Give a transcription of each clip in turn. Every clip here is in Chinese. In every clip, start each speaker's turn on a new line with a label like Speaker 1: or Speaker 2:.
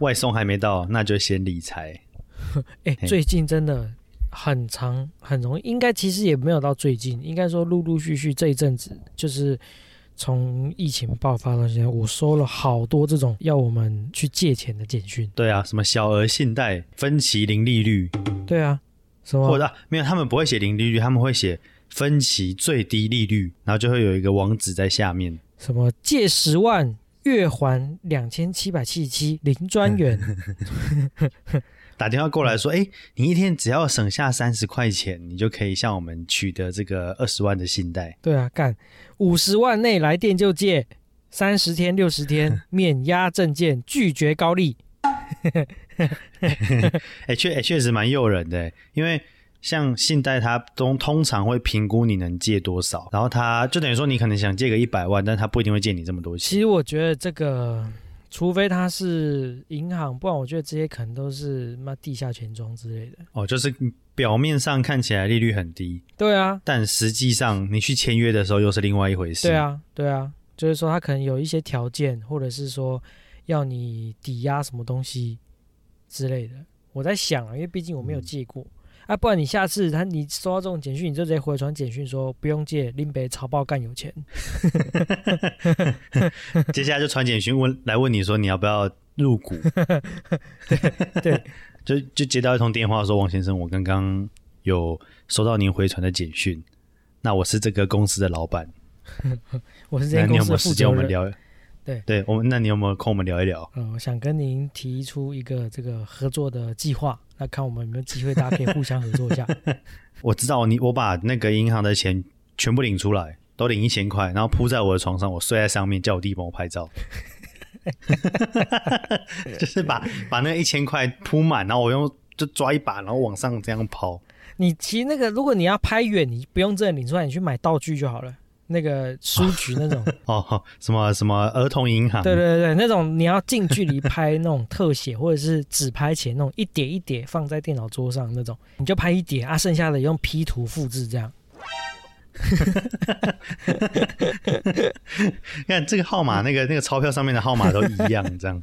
Speaker 1: 外送还没到，那就先理财。
Speaker 2: 哎、
Speaker 1: 嘿
Speaker 2: 最近真的很长，很容易，应该其实也没有到最近，应该说陆陆续续这一阵子，就是从疫情爆发到现在，我收了好多这种要我们去借钱的简讯。
Speaker 1: 对啊，什么小额信贷、分期零利率，
Speaker 2: 对啊，什
Speaker 1: 或
Speaker 2: 么？
Speaker 1: 者、啊、没有，他们不会写零利率，他们会写分期最低利率，然后就会有一个网址在下面。
Speaker 2: 什么借十万月还两千七百七十七，零专员。
Speaker 1: 打电话过来说：“哎、你一天只要省下三十块钱，你就可以向我们取得这个二十万的信贷。
Speaker 2: 对啊，干五十万内来电就借，三十天六十 天免押证件，拒绝高利。
Speaker 1: 哎，确哎确实蛮诱人的欸，因为像信贷它通通常会评估你能借多少，然后它就等于说你可能想借个一百万，但它不一定会借你这么多
Speaker 2: 其
Speaker 1: 钱。
Speaker 2: 实我觉得这个，除非他是银行，不然我觉得这些可能都是妈地下钱庄之类的。
Speaker 1: 哦，就是表面上看起来利率很低，
Speaker 2: 对啊，
Speaker 1: 但实际上你去签约的时候又是另外一回事。
Speaker 2: 对，啊，对啊，就是说他可能有一些条件，或者是说要你抵押什么东西之类的。我在想啊，因为毕竟我没有
Speaker 1: 嗯
Speaker 2: 借过、啊，不然你下次他你收到这种简讯，你就直接回传简讯说不用借，林北超爆干有钱。
Speaker 1: 接下来就传简讯问来问你说你要不要入股。
Speaker 2: 对，
Speaker 1: 就就接到一通电话说，王先生，我刚刚有收到您回传的简讯，那我是这个公司的老板，
Speaker 2: 我是这
Speaker 1: 那
Speaker 2: 间
Speaker 1: 你
Speaker 2: 公
Speaker 1: 有没有
Speaker 2: 司的
Speaker 1: 时
Speaker 2: 负
Speaker 1: 间
Speaker 2: 责
Speaker 1: 我们
Speaker 2: 人。
Speaker 1: 聊？
Speaker 2: 对
Speaker 1: 对，我们那你有没有空我们聊一聊？
Speaker 2: 呃，我想跟您提出一个这个合作的计划，那看我们有没有机会，大家可以互相合 作一下。
Speaker 1: 我知道你，我把那个银行的钱全部领出来，都领一千块，然后铺在我的床上，我睡在上面，叫我弟帮我拍 照。就是把把那一千块铺满，然后我用就抓一把，然后往上这样抛。
Speaker 2: 你其实那个，如果你要拍远，你不用真的领出来，你去买道具就好了。那个书局那种，
Speaker 1: 哦，什么什么儿童银行？
Speaker 2: 对对对，那种你要近距离拍那种特写，或者是只拍前那种一叠一叠放在电脑桌上那种，你就拍一叠啊，剩下的用 P 图复制这样。
Speaker 1: 看这个号码，那个那个钞票上面的号码都一样，这样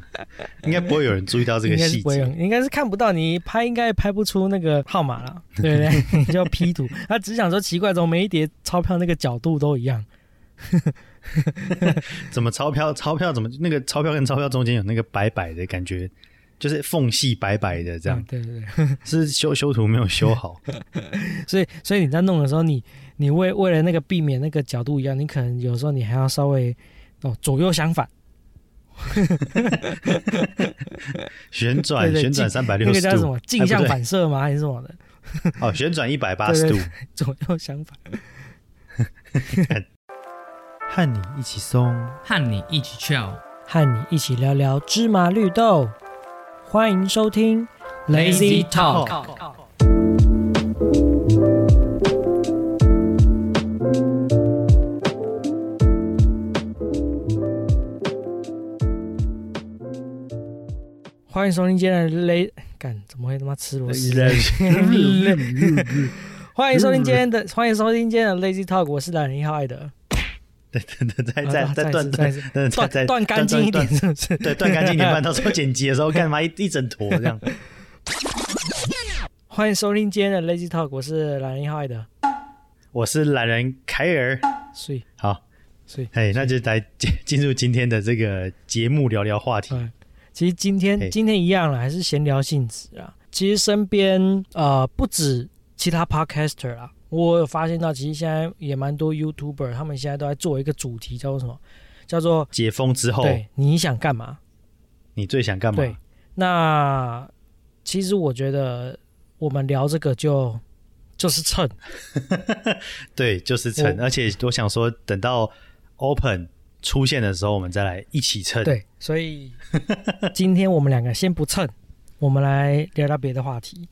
Speaker 1: 应该不会有人注意到这个
Speaker 2: 应该是
Speaker 1: 细
Speaker 2: 不会
Speaker 1: 节。
Speaker 2: 用，应该是看不到你拍，应该也拍不出那个号码了，对不对？ 你就 P 图，他只想说奇怪，怎么每一叠钞票那个角度都一样？
Speaker 1: 怎么钞票钞票怎么那个钞票跟钞票中间有那个白白的感觉，就是缝隙白白的，这样、
Speaker 2: 嗯对对对。
Speaker 1: 是修修图没有修好。
Speaker 2: 所以所以你在弄的时候，你你为为了那个避免那个角度一样，你可能有时候你还要稍微哦左右相反，
Speaker 1: 旋转
Speaker 2: 对对
Speaker 1: 旋转三百
Speaker 2: 那
Speaker 1: 六
Speaker 2: 个
Speaker 1: 十
Speaker 2: 叫什
Speaker 1: 度
Speaker 2: 么镜像
Speaker 1: 哎不对
Speaker 2: 反射吗？还是什么的？
Speaker 1: 哦，旋转一百八十
Speaker 2: 对
Speaker 1: 度
Speaker 2: 对，左右相反。
Speaker 1: 和你一起松。
Speaker 3: 和你一起 chill。
Speaker 2: 和你一起聊聊芝麻绿豆，欢迎收听
Speaker 3: Lazy Talk。
Speaker 2: 欢迎收听今天的 Lay，干怎么会他妈吃螺丝？ 欢迎收听今天的，欢迎收听今天的 Lazy Talk，我是懒人一号艾德。
Speaker 1: 再
Speaker 2: 啊
Speaker 1: 再再
Speaker 2: 再
Speaker 1: 哎断
Speaker 2: 再
Speaker 1: 断
Speaker 2: 一次
Speaker 1: 断
Speaker 2: 断
Speaker 1: 再
Speaker 2: 断干净一点，，是不是？
Speaker 1: 对，断干 净一点，不然到时候剪辑的时候干嘛一一整坨这样。
Speaker 2: 欢迎收听今天的 Lazy Talk，我是懒人一号艾德。
Speaker 1: 我是懒人凯尔，
Speaker 2: 所以，
Speaker 1: 好，
Speaker 2: 所以，
Speaker 1: 哎，那就来进进入今天的这个节目聊聊话题。
Speaker 2: 嗯，其实今
Speaker 1: 嘿
Speaker 2: 天今天一样了，还是闲聊性质啊。其实身边呃不止其他 podcaster 啦，我有发现到，其实现在也蛮多 YouTuber，他们现在都在做一个主题，叫做什么？叫做
Speaker 1: 解封之后，
Speaker 2: 对你想干嘛？
Speaker 1: 你最想干嘛？
Speaker 2: 对，那其实我觉得我们聊这个就就是蹭，
Speaker 1: 对，就是蹭。
Speaker 2: 我
Speaker 1: 而且我想说，等到 Open 出现的时候，我们再来一起蹭。，
Speaker 2: 对，所以今天我们两个先不蹭，我们来聊聊别的话题。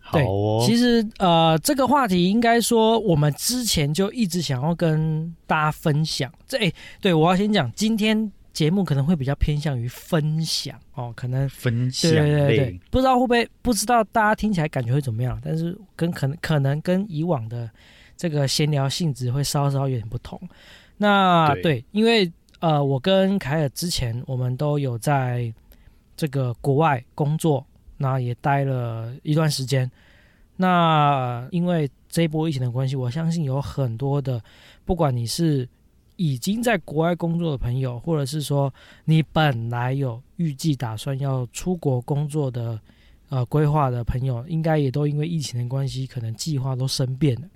Speaker 1: 好哦。
Speaker 2: 其实呃，这个话题应该说我们之前就一直想要跟大家分享。这哎，对我要先讲，今天节目可能会比较偏向于分享哦，可能
Speaker 1: 分享
Speaker 2: 对对对
Speaker 1: 类
Speaker 2: 对，不知道会不会不知道大家听起来感觉会怎么样，但是跟可能可能跟以往的这个闲聊性质会稍稍有点不同。那
Speaker 1: 对
Speaker 2: 对，因为呃，我跟凯尔之前我们都有在这个国外工作，那也待了一段时间。那因为这一波疫情的关系，我相信有很多的，不管你是已经在国外工作的朋友，或者是说你本来有预计打算要出国工作的呃规划的朋友，应该也都因为疫情的关系，可能计划都生变了。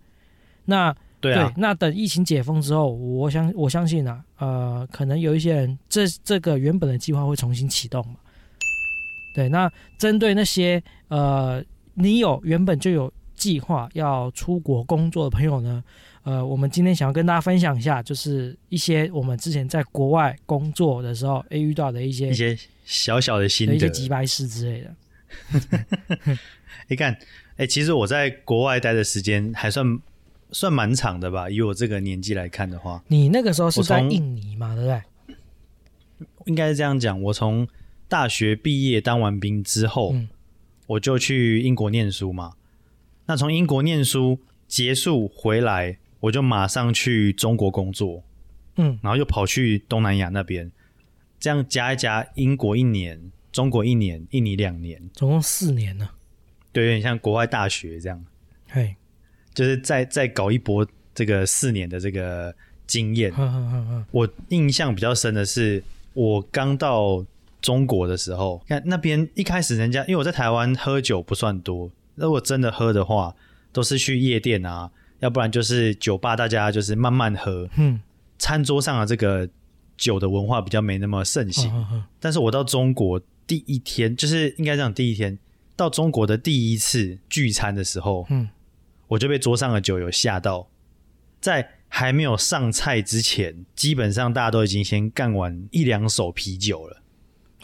Speaker 2: 那
Speaker 1: 对啊，
Speaker 2: 那等疫情解封之后，我相我相信啊，呃，可能有一些人这这个原本的计划会重新启动嘛。对，那针对那些呃，你有原本就有计划要出国工作的朋友呢，呃，我们今天想要跟大家分享一下，就是一些我们之前在国外工作的时候，诶遇到的一些
Speaker 1: 一些小小的心
Speaker 2: 的一些
Speaker 1: 得。
Speaker 2: 几百事之类的。
Speaker 1: 你看，哎、其实我在国外待的时间还算算蛮长的吧，以我这个年纪来看的话，
Speaker 2: 你那个时候是
Speaker 1: 我
Speaker 2: 在
Speaker 1: 从
Speaker 2: 印尼嘛，对不对？
Speaker 1: 应该是这样讲。我从大学毕业当完兵之后，
Speaker 2: 嗯
Speaker 1: 我就去英国念书嘛。那从英国念书结束回来，我就马上去中国工作，
Speaker 2: 嗯，
Speaker 1: 然后又跑去东南亚那边，这样加一加，英国一年，中国一年，印尼两年，
Speaker 2: 总共四年呢。
Speaker 1: 对，有点像国外大学这样。
Speaker 2: 嘿，
Speaker 1: 就是再再搞一波这个四年的这个经验。
Speaker 2: 哈哈哈哈，
Speaker 1: 我印象比较深的是，我刚到中国的时候，看那边一开始人家，因为我在台湾喝酒不算多，如果真的喝的话，都是去夜店啊，要不然就是酒吧，大家就是慢慢喝。
Speaker 2: 嗯，
Speaker 1: 餐桌上的这个酒的文化比较没那么盛行。
Speaker 2: 哈哈
Speaker 1: 但是我到中国第一天，就是应该讲第一天到中国的第一次聚餐的时候，
Speaker 2: 嗯，
Speaker 1: 我就被桌上的酒有吓到，在还没有上菜之前，基本上大家都已经先干完一两手啤酒了。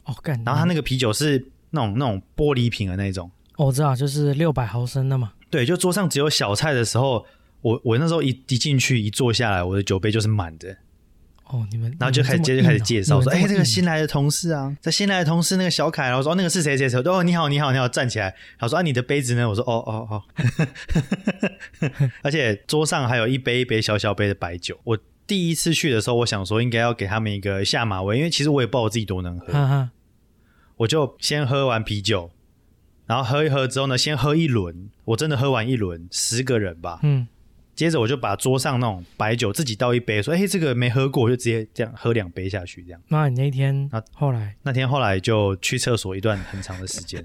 Speaker 2: 哦，干，
Speaker 1: 然后他那个啤酒是那种那种玻璃瓶的那种，
Speaker 2: 哦我知道，就是六百毫升的嘛。
Speaker 1: 对，就桌上只有小菜的时候，我我那时候一一进去一坐下来，我的酒杯就是满的。
Speaker 2: 哦，你们，
Speaker 1: 然后就开始接着
Speaker 2: 你
Speaker 1: 开
Speaker 2: 们这么硬哦
Speaker 1: 始介绍说，哎、这个新
Speaker 2: 你们
Speaker 1: 来的同事啊，这新来的同事那个小凯啊，然后说、哦、那个是谁谁谁，我说哦你好你好你好，站起来，他说啊你的杯子呢？我说哦哦哦， 而且桌上还有一杯一杯小小杯的白酒。我第一次去的时候，我想说应该要给他们一个下马威，因为其实我也不知道我自己多能
Speaker 2: 这
Speaker 1: 喝，
Speaker 2: 么硬啊哈哈，
Speaker 1: 我就先喝完啤酒，然后喝一喝之后呢，先喝一轮，我真的喝完一轮，十个人吧，
Speaker 2: 嗯，
Speaker 1: 接着我就把桌上那种白酒自己倒一杯，说哎、这个没喝过，我就直接这样喝两杯下去这样。
Speaker 2: 那你那天
Speaker 1: 啊
Speaker 2: 后来，
Speaker 1: 那天后来就去厕所一段很长的时 间，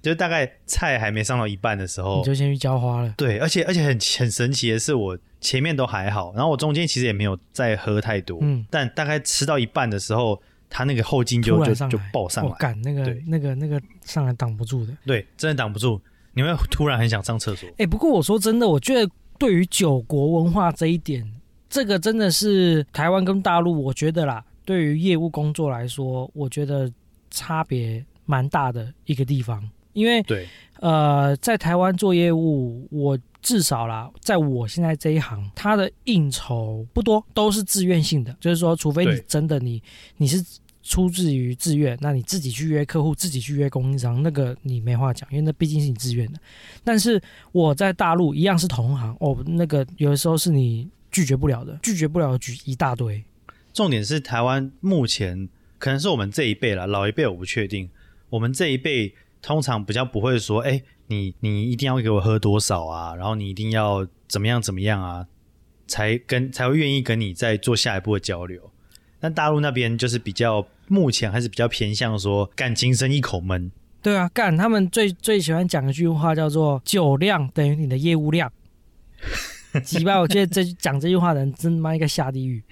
Speaker 1: 就大概菜还没上到一半的时
Speaker 2: 你
Speaker 1: 候，
Speaker 2: 就先去浇花了。
Speaker 1: 对，而且而且很很神奇的是，我前面都还好，然后我中间其实也没有再喝太多，
Speaker 2: 嗯
Speaker 1: 但大概吃到一半的时候，他那个后劲
Speaker 2: 突
Speaker 1: 就就
Speaker 2: 然上来
Speaker 1: 就爆上
Speaker 2: 我
Speaker 1: 来，
Speaker 2: 干那个
Speaker 1: 对
Speaker 2: 那个那个上来挡不住的。
Speaker 1: 对，真的挡不住，你会突然很想上厕所，
Speaker 2: 哎，不过我说真的，我觉得对于酒国文化这一点，这个真的是台湾跟大陆，我觉得啦，对于业务工作来说，我觉得差别蛮大的一个地方，因为
Speaker 1: 对，
Speaker 2: 呃，在台湾做业务，我至少啦，在我现在这一行，它的应酬不多，都是自愿性的，就是说，除非你
Speaker 1: 对
Speaker 2: 真的你你是出自于自愿，那你自己去约客户，自己去约供应商，那个你没话讲，因为那毕竟是你自愿的。但是我在大陆一样是同行哦，那个有的时候是你拒绝不了的，拒绝不了的举一大堆。
Speaker 1: 重点是台湾目前可能是我们这一辈了，老一辈我不确定。我们这一辈通常比较不会说，哎、你你一定要给我喝多少啊，然后你一定要怎么样怎么样啊，才跟才会愿意跟你再做下一步的交流。但大陆那边就是比较目前还是比较偏向说，干今生一口闷，
Speaker 2: 对啊，干他们最最喜欢讲一句话叫做“酒量等于你的业务量”，几巴！我觉得这讲这句话的人真他妈应该下地狱。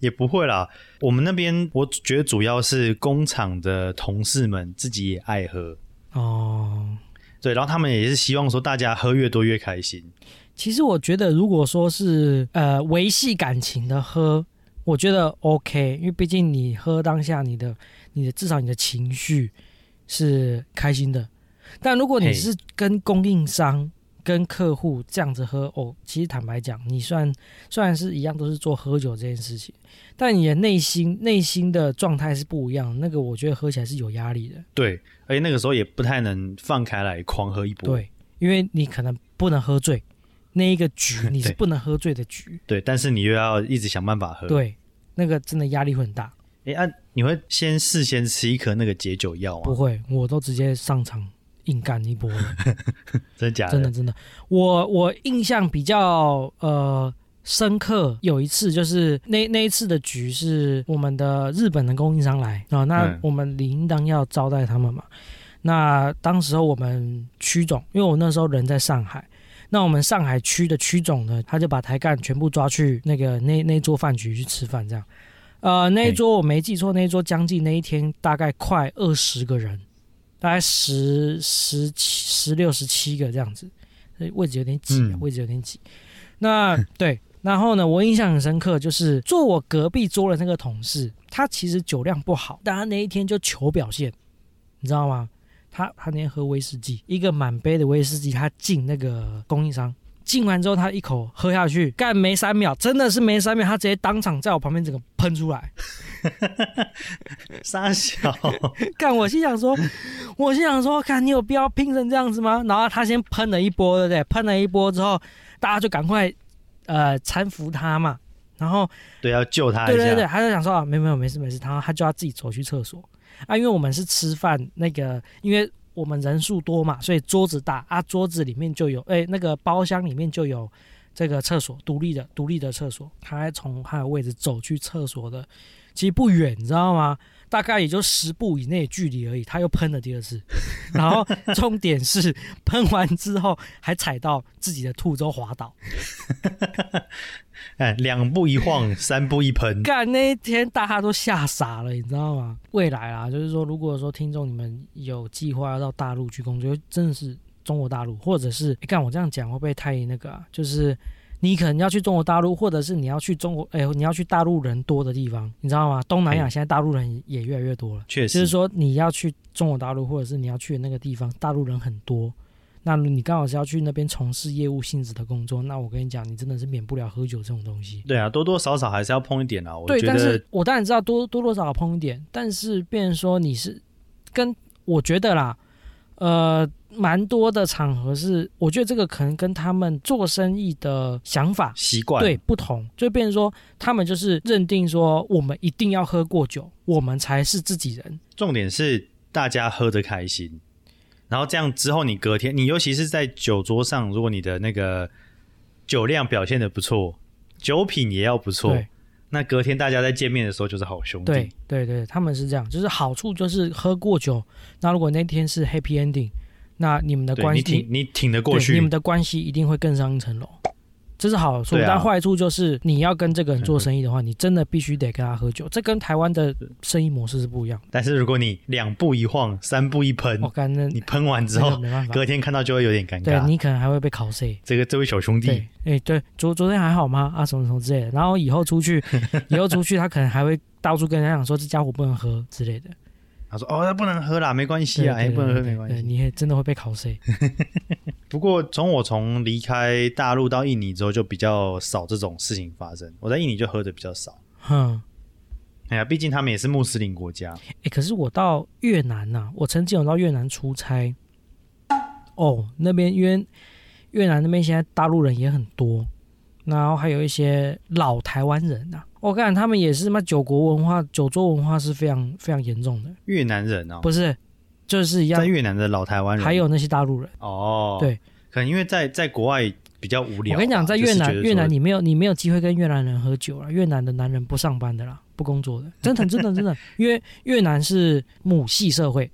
Speaker 1: 也不会啦。我们那边我觉得主要是工厂的同事们自己也爱喝，
Speaker 2: 哦，
Speaker 1: 对，然后他们也是希望说大家喝越多越开心。
Speaker 2: 其实我觉得，如果说是呃维系感情的喝，我觉得 OK，因为毕竟你喝当下你的你的至少你的情绪是开心的。但如果你
Speaker 1: 嘿
Speaker 2: 是跟供应商、跟客户这样子喝，哦，其实坦白讲，你虽然虽然是一样都是做喝酒这件事情，但你的内心内心的状态是不一样的，那个我觉得喝起来是有压力的。
Speaker 1: 对，而且那个时候也不太能放开来狂喝一波。
Speaker 2: 对，因为你可能不能喝醉，那一个局你是
Speaker 1: 对
Speaker 2: 不能喝醉的局。
Speaker 1: 对但是你又要一直想办法喝。，
Speaker 2: 对，那个真的压力会很大。
Speaker 1: 哎、啊，你会先事先吃一颗那个解酒药
Speaker 2: 不
Speaker 1: 吗？
Speaker 2: 会，我都直接上场硬干一波了。
Speaker 1: 真的假的？
Speaker 2: 真的真的，我我印象比较呃深刻，有一次就是那那一次的局是我们的日本的供应商来啊、那
Speaker 1: 嗯
Speaker 2: 我们理应当要招待他们嘛。那当时候我们区总，因为我那时候人在上海，那我们上海区的区总呢，他就把台干全部抓去那个那那一桌饭局去吃饭，这样。呃，那一桌我没记错，那一桌将近那一天大概快二十个人，大概十十七、十六、十七个这样子，所以位置有点挤、啊，
Speaker 1: 嗯
Speaker 2: 位置有点挤。那对，然后呢，我印象很深刻，就是坐我隔壁桌的那个同事，他其实酒量不好，但他那一天就求表现，你知道吗？他他那天喝威士忌，一个满杯的威士忌，他进那个供应商。进完之后，他一口喝下去，干没三秒，真的是没三秒，他直接当场在我旁边整个喷出来。
Speaker 1: 傻小，
Speaker 2: 干，我心想说，我心想说，看你有必要拼成这样子吗？然后他先喷了一波，对不对？喷了一波之后，大家就赶快呃搀扶他嘛。然后
Speaker 1: 对，要救他一下。
Speaker 2: 对对对，他就想说啊，没有没有，没事没事。然后他就要自己走去厕所啊，因为我们是吃饭那个，因为我们人数多嘛，所以桌子大啊，桌子里面就有哎、那个包厢里面就有这个厕所，独立的独立的厕所。他还从他的位置走去厕所的，其实不远，你知道吗？大概也就十步以内的距离而已，他又喷了第 二次，然后重点是喷完之后还踩到自己的兔子滑倒，
Speaker 1: 哎，两步一晃，三步一喷，
Speaker 2: 干那一天大家都吓傻了，你知道吗？未来啦，就是说，如果说听众你们有计划要到大陆去工作，真的是中国大陆，或者是诶干、我这样讲会不会太那个啊？就是你可能要去中国大陆，或者是你要去中国，哎、你要去大陆人多的地方，你知道吗？东南亚
Speaker 1: 嗯
Speaker 2: 现在大陆人也越来越多了。
Speaker 1: 确
Speaker 2: 就是
Speaker 1: 实。
Speaker 2: 说你要去中国大陆，或者是你要去的那个地方，大陆人很多，那你刚好是要去那边从事业务性质的工作，那我跟你讲，你真的是免不了喝酒这种东西。
Speaker 1: 对啊，多多少少还是要碰一点啊。我
Speaker 2: 对，
Speaker 1: 觉
Speaker 2: 但
Speaker 1: 得
Speaker 2: 是我当然知道多多多少少碰一点，但是变成说你是跟我觉得啦，呃，蛮多的场合是，我觉得这个可能跟他们做生意的想法
Speaker 1: 习惯
Speaker 2: 对，不同，就变成说他们就是认定说我们一定要喝过酒，我们才是自己人。
Speaker 1: 重点是大家喝得开心，然后这样之后，你隔天，你尤其是在酒桌上，如果你的那个酒量表现的不错，酒品也要不错
Speaker 2: 对，
Speaker 1: 那隔天大家在见面的时候就是好兄弟。
Speaker 2: 对对对，他们是这样，就是好处就是喝过酒，那如果那天是 happy ending，那你们的
Speaker 1: 对
Speaker 2: 关
Speaker 1: 你
Speaker 2: 系
Speaker 1: 挺你挺得过
Speaker 2: 对你们
Speaker 1: 去，
Speaker 2: 的关系一定会更上一层楼，这是好处。
Speaker 1: 对啊
Speaker 2: 但坏处就是你要跟这个人做生意的话，你真的必须得跟他喝酒，这跟台湾的生意模式是不一样的。
Speaker 1: 但是如果你两步一晃，三步一喷，
Speaker 2: 我感觉
Speaker 1: 嗯你喷完之
Speaker 2: 那个
Speaker 1: 后，
Speaker 2: 哦没办法，
Speaker 1: 隔天看到就会有点尴
Speaker 2: 对
Speaker 1: 尬。
Speaker 2: 你可能还会被考 C。
Speaker 1: 这个这位小兄弟
Speaker 2: 对，哎、对，昨昨天还好吗？啊，什么什么之类的。然后以后 出去，以后出去，他可能还会到处跟人家讲说这家伙不能喝之类的。
Speaker 1: 他说：“哦，那不能喝啦，没关系啊，
Speaker 2: 对
Speaker 1: 哎，
Speaker 2: 对
Speaker 1: 不能喝
Speaker 2: 对
Speaker 1: 没关
Speaker 2: 对
Speaker 1: 系。
Speaker 2: 你也真的会被 考 C。”
Speaker 1: 不过从我从离开大陆到印尼之后，就比较少这种事情发生。我在印尼就喝的比较少。
Speaker 2: 哼，
Speaker 1: 哎呀，毕竟他们也是穆斯林国家，
Speaker 2: 哎、可是我到越南呐、我曾经有到越南出差，哦，那边因为越南那边现在大陆人也很多，然后还有一些老台湾人呐、我、看他们也是嘛，酒国文化、酒桌文化是非常非常严重的，
Speaker 1: 越南人啊，
Speaker 2: 不是，就是一样
Speaker 1: 在，越南的老台湾人，
Speaker 2: 还有那些大陆人。
Speaker 1: 哦，
Speaker 2: 对，
Speaker 1: 可能因为在在国外比较无聊吧。
Speaker 2: 我跟你讲，在
Speaker 1: 啊
Speaker 2: 越
Speaker 1: 就是觉
Speaker 2: 南，
Speaker 1: 得说
Speaker 2: 越南你没有你没有机会跟越南人喝酒啊了。越南的男人不上班的啦，不工 作的，真的真的真的，因为越南是母系社会，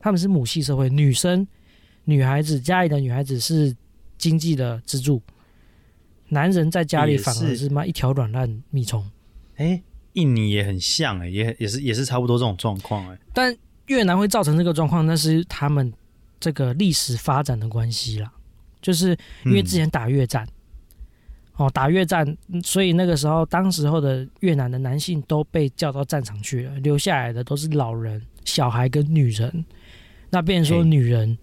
Speaker 2: 他们是母系社会，女生女孩子家里的女孩子是经济的支柱，男人在家里
Speaker 1: 也是
Speaker 2: 反而是妈一条软烂米虫。
Speaker 1: 哎，印尼也很像哎，也也是也是差不多这种状况哎。
Speaker 2: 但越南会造成这个状况，那是他们这个历史发展的关系啦，就是
Speaker 1: 嗯
Speaker 2: 因为之前打越战，哦，打越战，嗯所以那个时候当时候的越南的男性都被叫到战场去了，留下来的都是老人、小孩跟女人。那变成说
Speaker 1: 嘿
Speaker 2: 女人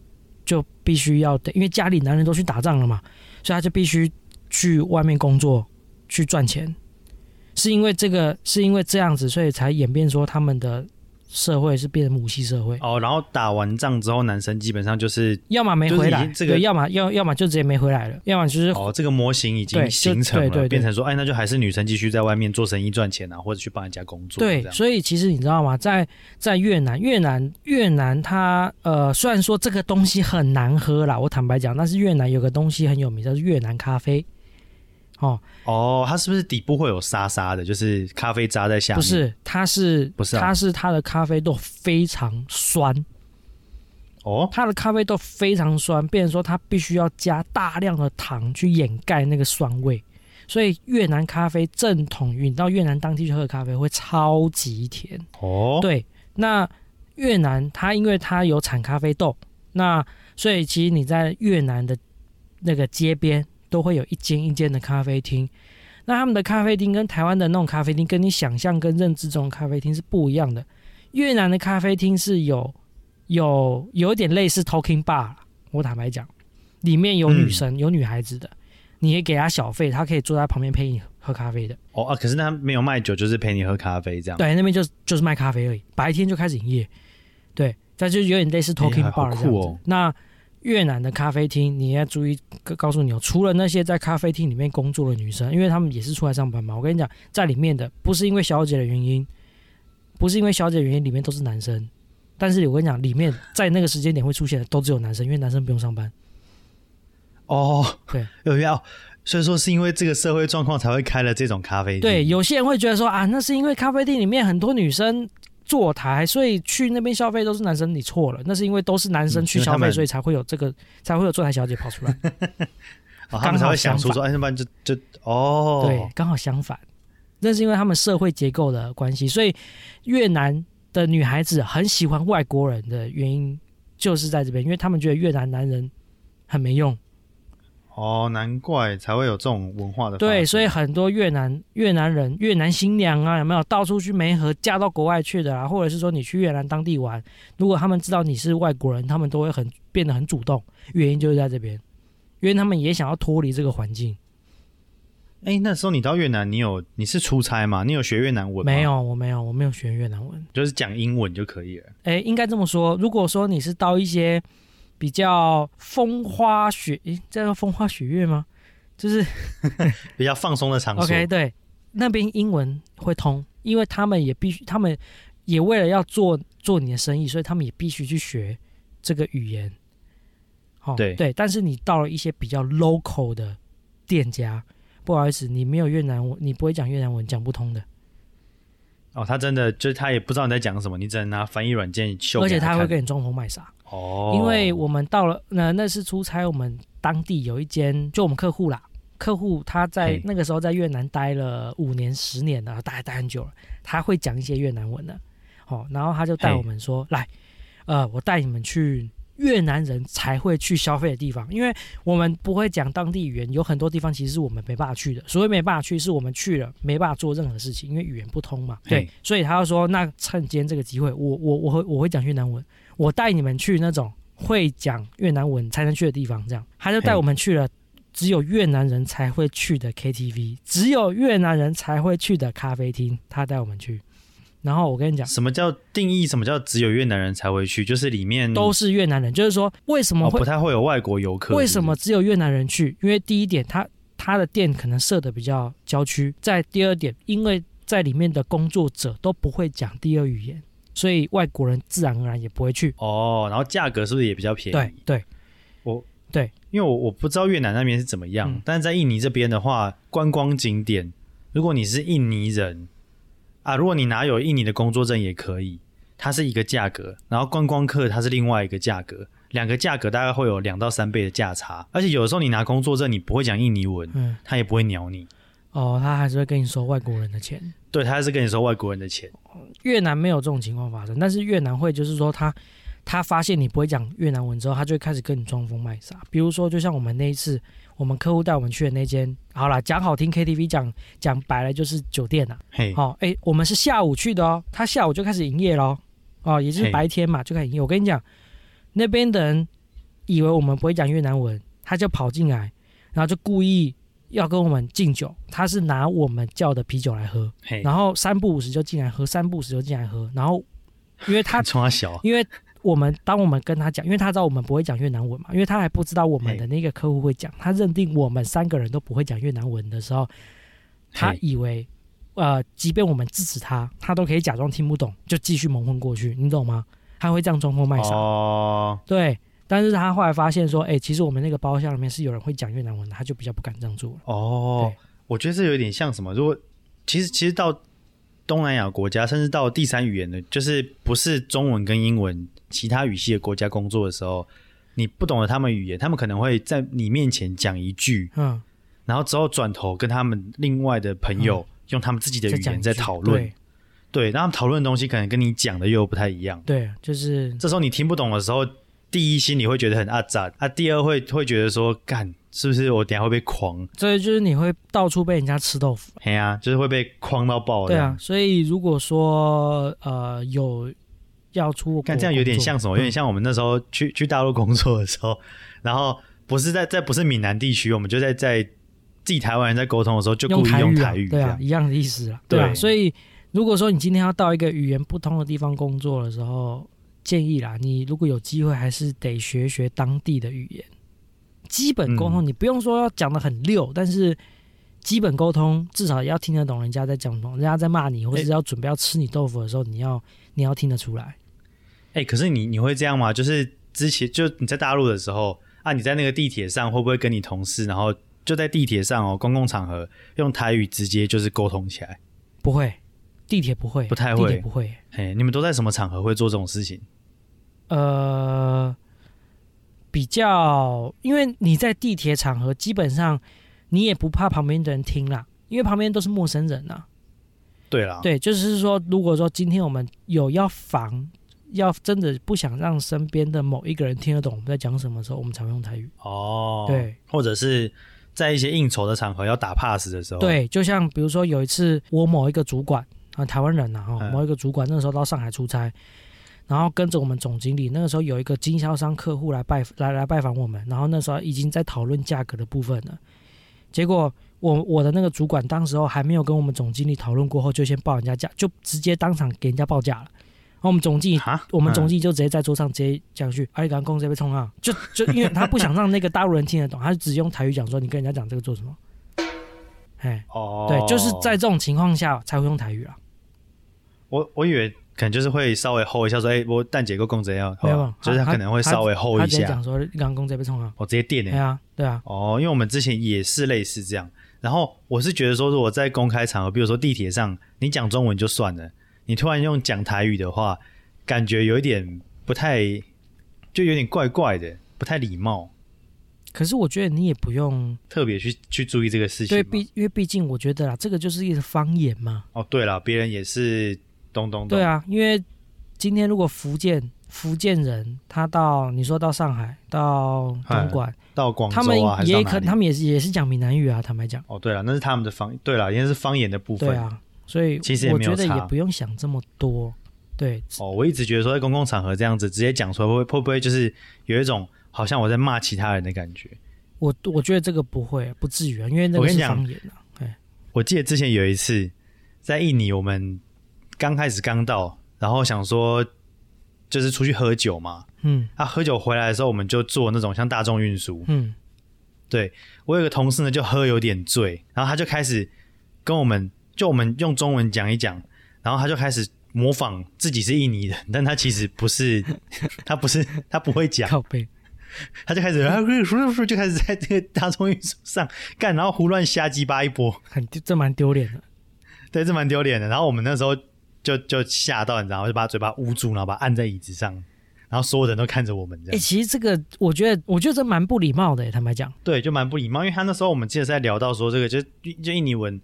Speaker 2: 就必须要得，因为家里男人都去打仗了嘛，所以他就必须去外面工作去赚钱。是因为这个，是因为这样子，所以才演变说他们的社会是变成母系社会，
Speaker 1: 哦，然后打完仗之后，男生基本上就是
Speaker 2: 要么没
Speaker 1: 就是
Speaker 2: 回
Speaker 1: 已
Speaker 2: 来，
Speaker 1: 经这个
Speaker 2: 对，要么要要么就直接没回来了，要么就是
Speaker 1: 哦，这个模型已经
Speaker 2: 对
Speaker 1: 形成了，
Speaker 2: 就对对对
Speaker 1: 变成说，哎，那就还是女生继续在外面做生意赚钱啊，或者去帮人家工作，
Speaker 2: 对
Speaker 1: 这，样
Speaker 2: 所以其实你知道吗？在在越南，越南越南它呃，虽然说这个东西很难喝啦，我坦白讲，但是越南有个东西很有名，叫做越南咖啡。哦，
Speaker 1: 哦，它是不是底部会有沙沙的，就是咖啡渣在下面？
Speaker 2: 不，是，它是
Speaker 1: 不是啊
Speaker 2: 它是它的咖啡豆非常酸，
Speaker 1: 哦，
Speaker 2: 它的咖啡豆非常酸，变成说它必须要加大量的糖去掩盖那个酸味。所以越南咖啡正统，你到越南当地去喝咖啡会超级甜。
Speaker 1: 哦，，
Speaker 2: 对，那越南它因为它有产咖啡豆，那所以其实你在越南的那个街边都会有一间一间的咖啡厅。那他们的咖啡厅跟台湾的那种咖啡厅，跟你想象跟认知中的咖啡厅是不一样的。越南的咖啡厅是有有有点类似 Talking Bar，啦我坦白讲，里面有女
Speaker 1: 嗯
Speaker 2: 生、有女孩子的，你也给她小费，她可以坐在旁边陪你喝咖啡的。
Speaker 1: 哦啊，可是他没有卖酒，就是陪你喝咖啡这样。
Speaker 2: 对，那边就是就是卖咖啡而已，白天就开始营业。对，它就有点类似 talking
Speaker 1: 哎好
Speaker 2: bar 这样子。
Speaker 1: 酷哦
Speaker 2: 那越南的咖啡厅，你要注意，告告诉你哦，除了那些在咖啡厅里面工作的女生，因为她们也是出来上班嘛。我跟你讲，在里面的不是因为小姐的原因，不是因为小姐的原因，里面都是男生。但是我跟你讲，里面在那个时间点会出现的都只有男生，因为男生不用上班。
Speaker 1: 哦，
Speaker 2: 对，
Speaker 1: 有要，所以说是因为这个社会状况才会开了这种咖啡厅。
Speaker 2: 对，有些人会觉得说啊，那是因为咖啡店里面很多女生坐台，所以去那边消费都是男生。你错了，那是因为都是男生
Speaker 1: 嗯
Speaker 2: 去
Speaker 1: 因为
Speaker 2: 消
Speaker 1: 他
Speaker 2: 费，
Speaker 1: 们
Speaker 2: 所以才会有这个，才会有坐台小姐跑 出来。
Speaker 1: 哦，他们才会想出说，哎，要不然就就哦，
Speaker 2: 对，刚好相反，那是因为他们社会结构的关系，所以越南的女孩子很喜欢外国人的原因就是在这边，因为他们觉得越南男人很没用。
Speaker 1: 哦，难怪才会有这种文化的发
Speaker 2: 对，
Speaker 1: 展
Speaker 2: 所以很多越南越南人、越南新娘啊，有没有到处去媒合嫁到国外去的啊？或者是说你去越南当地玩，如果他们知道你是外国人，他们都会很变得很主动，原因就是在这边，因为他们也想要脱离这个环境。
Speaker 1: 哎，那时候你到越南，你有你是出差吗？你有学越南文吗？
Speaker 2: 没，有，我没有，我没有学越南文。
Speaker 1: 就是讲英文就可以了。
Speaker 2: 诶，应该这么说，如果说你是到一些比较风花雪，诶，这叫风花雪月吗？就是
Speaker 1: 比较放松的场所
Speaker 2: OK，对，那边英文会通，因为他们也必须，他们也为了要做做你的生意，所以他们也必须去学这个语言。哦，
Speaker 1: 对
Speaker 2: 对，但是你到了一些比较 local 的店家，不好意思，你没有越南文，你不会讲越南文，讲不通的。
Speaker 1: 哦，他真的就是他也不知道你在讲什么，你只能拿翻译软件秀
Speaker 2: 而
Speaker 1: 给
Speaker 2: 且
Speaker 1: 他
Speaker 2: 他
Speaker 1: 看，
Speaker 2: 会跟你装疯卖傻，
Speaker 1: 哦，
Speaker 2: 因为我们到了，那、那次出差，我们当地有一间，就我们客户啦，客户他在
Speaker 1: 嘿
Speaker 2: 那个时候在越南待了五年、十年了，待待很久了，他会讲一些越南文的，哦，然后他就带
Speaker 1: 嘿
Speaker 2: 我们说，来，呃，我带你们去越南人才会去消费的地方，因为我们不会讲当地语言，有很多地方其实是我们没办法去的。所谓没办法去，是我们去了没办法做任何事情，因为语言不通嘛。对
Speaker 1: 嘿，
Speaker 2: 所以他就说，那趁今天这个机会，我我我会我会讲越南文，我带你们去那种会讲越南文才能去的地方。这样，他就带
Speaker 1: 嘿
Speaker 2: 我们去了只有越南人才会去的 KTV，只有越南人才会去的咖啡厅，他带我们去。然后我跟你讲，
Speaker 1: 什么叫定义？什么叫只有越南人才会去？就是里面
Speaker 2: 都是越南人，就是说为什么
Speaker 1: 哦
Speaker 2: 会
Speaker 1: 不太会有外国游客，
Speaker 2: 为
Speaker 1: 是
Speaker 2: 什
Speaker 1: 不
Speaker 2: 么
Speaker 1: 是？
Speaker 2: 只有越南人去？因为第一点，他他的店可能设的比较郊区；在第二点，因为在里面的工作者都不会讲第二语言，所以外国人自然而然也不会去。
Speaker 1: 哦，然后价格是不是也比较便宜？
Speaker 2: 对对，
Speaker 1: 因为我我不知道越南那边是怎么样，
Speaker 2: 嗯
Speaker 1: 但是在印尼这边的话，观光景点，如果你是印尼人啊，如果你拿有印尼的工作证也可以，它是一个价格，然后观光客它是另外一个价格，两个价格大概会有两到三倍的价差，而且有的时候你拿工作证你不会讲印尼文，
Speaker 2: 嗯，
Speaker 1: 他也不会鸟你，
Speaker 2: 哦，他还是会跟你收外国人的钱。
Speaker 1: 对，他还是跟你收外国人的钱，
Speaker 2: 越南没有这种情况发生，但是越南会就是说他。他发现你不会讲越南文之后，他就会开始跟你装疯卖傻。比如说，就像我们那一次，我们客户带我们去的那间，好啦，讲好听 KTV，讲讲白了就是酒店啊。
Speaker 1: 嘿，
Speaker 2: 哦，哎，我们是下午去的哦，他下午就开始营业喽，哦，也就是
Speaker 1: 嘿
Speaker 2: 白天嘛就开始营业。我跟你讲，那边的人以为我们不会讲越南文，他就跑进来，然后就故意要跟我们敬酒，他是拿我们叫的啤酒来喝，
Speaker 1: 嘿，
Speaker 2: 然后三不五时就进来喝，三不五时就进来喝，然后因为 他
Speaker 1: 冲他小，
Speaker 2: 因为我们当我们跟他讲，因为他知道我们不会讲越南文嘛，因为他还不知道我们
Speaker 1: 哎
Speaker 2: 的那个客户会讲，他认定我们三个人都不会讲越南文的时候，他
Speaker 1: 嘿
Speaker 2: 以为呃，即便我们制止他，他都可以假装听不懂，就继续蒙混过去，你懂吗？他会这样装疯卖傻。
Speaker 1: 哦，
Speaker 2: 对，但是他后来发现说，哎、其实我们那个包厢里面是有人会讲越南文的，他就比较不敢这样做了。
Speaker 1: 哦
Speaker 2: 对，
Speaker 1: 我觉得这有点像什么？如果其实其实到东南亚国家，甚至到第三语言的，就是不是中文跟英文其他语系的国家工作的时候，你不懂得他们语言，他们可能会在你面前讲一句，
Speaker 2: 嗯，
Speaker 1: 然后之后转头跟他们另外的朋友、用他们自己的
Speaker 2: 嗯再
Speaker 1: 语
Speaker 2: 讲一
Speaker 1: 言
Speaker 2: 句
Speaker 1: 在讨论，
Speaker 2: 对
Speaker 1: 对，那他们讨论的东西可能跟你讲的又不太一样。
Speaker 2: 对，就是
Speaker 1: 这时候你听不懂的时候，第一心里会觉得很阿杂，啊，第二会会觉得说，干是不是我等一下会被狂？
Speaker 2: 这就是你会到处被人家吃豆腐。
Speaker 1: 嘿呀、就是会被框到爆。
Speaker 2: 对啊，，所以如果说呃有要出国工作，
Speaker 1: 干这样有点像什么？有点像我们那时候去去大陆工作的时候，然后不是在在不是闽南地区，我们就在在自己台湾人在沟通的时候，就故意
Speaker 2: 台
Speaker 1: 用
Speaker 2: 啊
Speaker 1: 台语这
Speaker 2: 对啊，
Speaker 1: 样。
Speaker 2: 一样的意思啊，对啊。
Speaker 1: 对
Speaker 2: 所以如果说你今天要到一个语言不通的地方工作的时候，建议啦，你如果有机会，还是得学学当地的语言，基本沟
Speaker 1: 嗯
Speaker 2: 通，你不用说要讲的很溜，但是。基本沟通至少要听得懂人家在讲什么，人家在骂你，或者是要准备要吃你豆腐的时候，你要你要听得出来。
Speaker 1: 哎、可是你你会这样吗？就是之前就你在大陆的时候啊，你在那个地铁上会不会跟你同事，然后就在地铁上哦，公共场合用台语直接就是沟通起来？
Speaker 2: 不会，地铁不会，
Speaker 1: 不太
Speaker 2: 地铁
Speaker 1: 会
Speaker 2: 不会。
Speaker 1: 嘿，你们都在什么场合会做这种事情？
Speaker 2: 呃，比较，因为你在地铁场合，基本上你也不怕旁边的人听啦，因为旁边都是陌生人啊。
Speaker 1: 对啦，
Speaker 2: 对，就是说，如果说今天我们有要防，要真的不想让身边的某一个人听得懂我们在讲什么的时候，我们才会用台语。
Speaker 1: 哦，，
Speaker 2: 对
Speaker 1: 或者是在一些应酬的场合要打 pass 的时候，，
Speaker 2: 对，就像比如说有一次，我某一个主管啊，台湾人呐、啊，哦
Speaker 1: 嗯
Speaker 2: 某一个主管那时候到上海出差。然后跟着我们总经理，那个时候有一个经销商客户来拜来来拜访我们，然后那时候已经在讨论价格的部分了。结果我我的那个主管当时候还没有跟我们总经理讨论过后，就先报人家价，就直接当场给人家报价了。然后我们总经理
Speaker 1: 哈，
Speaker 2: 我
Speaker 1: 嗯
Speaker 2: 们总经理就直接在桌上直接讲一句：“阿里港公直接被冲啊！”就 就因为他不想让那个大陆人听得懂，他就只用台语讲说：“你跟人家讲这个做什么？”哎，
Speaker 1: 哦，
Speaker 2: 对，就是在这种情况下才会用台语啊啦。
Speaker 1: 我我以为可能就是会稍微吼一下说，哎、我蛋姐够供怎样？
Speaker 2: 没有
Speaker 1: 好吧
Speaker 2: 没有
Speaker 1: 哦就是
Speaker 2: 他
Speaker 1: 他可能会稍微吼
Speaker 2: 他
Speaker 1: 一
Speaker 2: 直接
Speaker 1: 下
Speaker 2: 讲，说：“阿里公直接被冲啊
Speaker 1: 我、直接电！”
Speaker 2: 对
Speaker 1: 哎、
Speaker 2: 啊，对啊，
Speaker 1: 哦，因为我们之前也是类似这样。然后我是觉得说，如果在公开场合，比如说地铁上，你讲中文就算了，你突然用讲台语的话，感觉有一点不太，就有点怪怪的，不太礼貌。
Speaker 2: 可是我觉得你也不用
Speaker 1: 特别去去注意这个事情
Speaker 2: 对，
Speaker 1: 吗。
Speaker 2: 毕因为毕竟我觉得啦，这个就是一个方言嘛。
Speaker 1: 哦，对了，别人也是咚咚咚。
Speaker 2: 对，啊，因为今天如果福建福建人他到你说到上海到东莞，
Speaker 1: 到广哎州
Speaker 2: 他
Speaker 1: 啊，
Speaker 2: 们
Speaker 1: 还是到
Speaker 2: 也
Speaker 1: 哪
Speaker 2: 可
Speaker 1: 里
Speaker 2: 他们也是也是讲闽南语啊，坦白讲。
Speaker 1: 哦，对了，那是他们的方，对了，应该是方言的部分。
Speaker 2: 对啊，所以
Speaker 1: 其实也
Speaker 2: 我
Speaker 1: 没有
Speaker 2: 觉得也
Speaker 1: 差
Speaker 2: 不用想这么多。对，
Speaker 1: 哦，我一直觉得说在公共场合这样子直接讲出来，会不会会不会就是有一种好像我在骂其他人的感觉？
Speaker 2: 我我觉得这个不会，不至于啊，因为那
Speaker 1: 我
Speaker 2: 个
Speaker 1: 跟
Speaker 2: 是
Speaker 1: 你讲
Speaker 2: 方言啊。哎，
Speaker 1: 我记得之前有一次在印尼，我们刚开始刚到，然后想说就是出去喝酒嘛，
Speaker 2: 嗯
Speaker 1: 啊，喝酒回来的时候我们就坐那种像大众运输，
Speaker 2: 嗯，
Speaker 1: 我有个同事呢，就喝有点醉，然后他就开始跟我们，就我们用中文讲一讲，然后他就开始模仿自己是印尼人，但他其实不是， 他不是，他不会讲，
Speaker 2: 靠背。
Speaker 1: 他就开始，啊就开始在这个大众运输上 干，然后胡乱瞎鸡巴一波，
Speaker 2: 很丢这蛮丢脸的，
Speaker 1: 对，这蛮丢脸的。然后我们那时候就就吓到，你知道吗？就把嘴巴捂住，然后把它按在椅子上，然后所有人都看着我们这
Speaker 2: 哎、
Speaker 1: 样，
Speaker 2: 其实这个我觉得，我觉得这蛮不礼貌的。坦白讲，
Speaker 1: 对，就蛮不礼貌。因为他那时候我们记得是在聊到说这个，就就印尼文，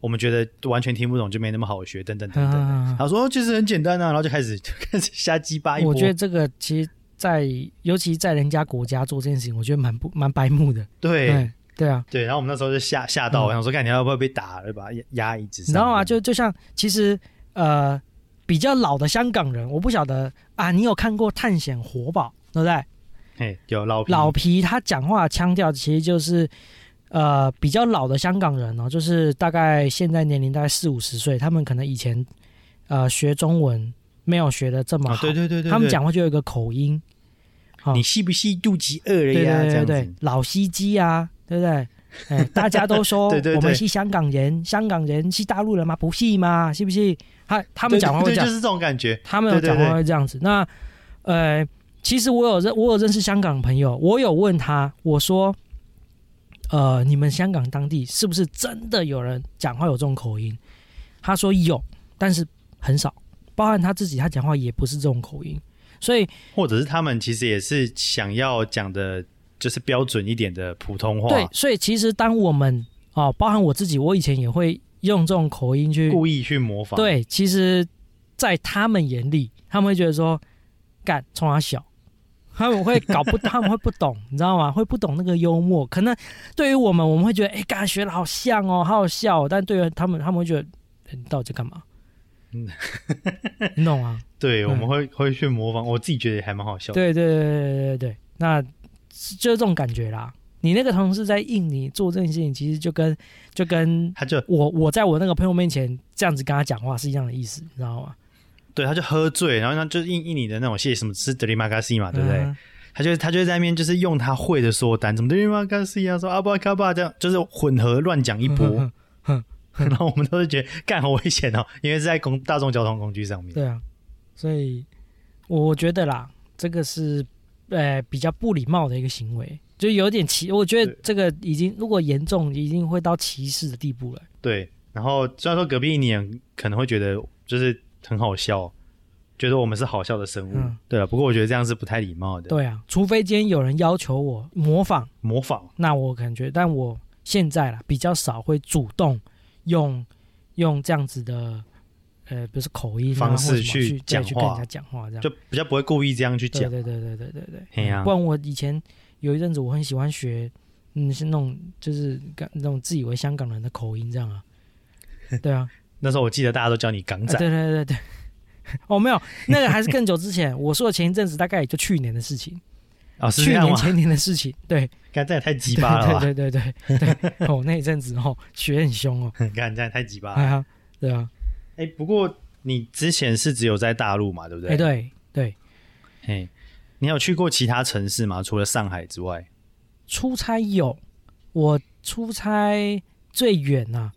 Speaker 1: 我们觉得完全听不懂，就没那么好学，等等等等。
Speaker 2: 啊
Speaker 1: 他说、哦其实很简单啊，然后就开始就开始瞎鸡巴一波。
Speaker 2: 我觉得这个其实在，尤其在人家国家做这件事情，我觉得蛮不蛮白目的。
Speaker 1: 对
Speaker 2: 对对啊，
Speaker 1: 对，然后我们那时候就吓吓到，
Speaker 2: 嗯
Speaker 1: 我想说，看你要不要被打，就把它压压椅子
Speaker 2: 你知
Speaker 1: 上。
Speaker 2: 道啊吗？就就像其实呃，比较老的香港人，我不晓得啊，你有看过《探险活宝》对不对？
Speaker 1: 嘿，有老皮
Speaker 2: 老皮他讲话的腔调其实就是，呃，比较老的香港人哦，就是大概现在年龄大概四五十岁，他们可能以前呃学中文没有学的这么
Speaker 1: 啊，
Speaker 2: 好，
Speaker 1: 对对对对，
Speaker 2: 他们
Speaker 1: 对
Speaker 2: 讲话就有一个口音，好
Speaker 1: 你是不是肚脐饿了
Speaker 2: 对
Speaker 1: 呀？
Speaker 2: 对
Speaker 1: 这
Speaker 2: 对
Speaker 1: 样
Speaker 2: 对
Speaker 1: 子，，
Speaker 2: 老司机啊，对不对？ 哎，大家都说
Speaker 1: 对对对
Speaker 2: 我们是香港人，香港人是大陆人吗？不是嘛，是不是？他他们讲话会
Speaker 1: 对
Speaker 2: 这
Speaker 1: 对
Speaker 2: 样
Speaker 1: 就，是这种感觉。
Speaker 2: 他们有
Speaker 1: 对对
Speaker 2: 讲话
Speaker 1: 对
Speaker 2: 会这样子。那呃，其实我有认我有认识香港朋友，我有问他，我说，呃，你们香港当地是不是真的有人讲话有这种口音？他说有，但是很少，包含他自己，他讲话也不是这种口音。所以
Speaker 1: 或者是他们其实也是想要讲的，就是标准一点的普通话，
Speaker 2: 对，所以其实当我们哦，包含我自己，我以前也会用这种口音去
Speaker 1: 故意去模仿。，
Speaker 2: 对，其实，在他们眼里，他们会觉得说，干冲他小，他们会搞 不，他们会不懂，你知道吗？会不懂那个幽默。可能对于我们，我们会觉得，哎、干学的好像哦，好好笑、哦。但对于他们，他们会觉得，哎你到底在干 嘛？
Speaker 1: 嗯
Speaker 2: 你懂吗？
Speaker 1: 对，
Speaker 2: 嗯
Speaker 1: 我们会会去模仿，我自己觉得还蛮好笑的。
Speaker 2: 对对对对对对对，那就是这种感觉啦。你那个同事在印尼做这件事情，其实就跟就跟
Speaker 1: 他就
Speaker 2: 我我在我那个朋友面前这样子跟他讲话是一样的意思，你知道吗？
Speaker 1: 对，他就喝醉，然后他就印印尼的那种谢谢什么吃德里玛嘎西嘛，啊对不对？
Speaker 2: 嗯
Speaker 1: 他就他就在那边就是用他会的所有单，怎么德里玛嘎西啊，说阿巴卡巴这样，就是混合乱讲一波。
Speaker 2: 嗯
Speaker 1: 然后我们都是觉得干好危险哦，因为是在公大众交通工具上面。
Speaker 2: 对啊，所以我我觉得啦，这个是呃比较不礼貌的一个行为，就有点歧。我觉得
Speaker 1: 对
Speaker 2: 这个已经如果严重，已经会到歧视的地步了。
Speaker 1: 对，然后虽然说隔壁印尼人可能会觉得就是很好笑，觉得我们是好笑的生物，
Speaker 2: 嗯
Speaker 1: 对了。啊不过我觉得这样是不太礼貌的，
Speaker 2: 对啊，除非今天有人要求我模仿，
Speaker 1: 模仿
Speaker 2: 那我感觉，但我现在啦比较少会主动用用这样子的呃，比如说口音、啊、
Speaker 1: 方
Speaker 2: 或
Speaker 1: 式
Speaker 2: 什么
Speaker 1: 去
Speaker 2: 去对
Speaker 1: 讲
Speaker 2: 去跟人
Speaker 1: 话
Speaker 2: 家讲话这样。
Speaker 1: 就比较不会故意这样去
Speaker 2: 对
Speaker 1: 讲。
Speaker 2: 对对对对对对。
Speaker 1: 嘿呀
Speaker 2: 不然我以前有一阵子我很喜欢学，嗯，是那种就是干那种自以为香港人的口音这 样啊。对啊，
Speaker 1: 那时候我记得大家都叫你港
Speaker 2: 啊
Speaker 1: 仔，
Speaker 2: 对对对 对。哦，没有，那个还是更久之前。我说的前一阵子大概也就去年的事情，
Speaker 1: 哦，是这
Speaker 2: 去
Speaker 1: 样
Speaker 2: 年
Speaker 1: 吗？
Speaker 2: 前年的事情。对，
Speaker 1: 干这也太鸡
Speaker 2: 对
Speaker 1: 巴了吧！
Speaker 2: 对对对对对。 哦，那一阵子哦，学很 凶哦。
Speaker 1: 干这也太鸡巴
Speaker 2: 哎
Speaker 1: 了。
Speaker 2: 呀，对啊，
Speaker 1: 哎，不过你之前是只有在大陆嘛，对不对？
Speaker 2: 哎对对，
Speaker 1: 嘿。你有去过其他城市吗？除了上海之外，
Speaker 2: 出差有，我出差最远呐、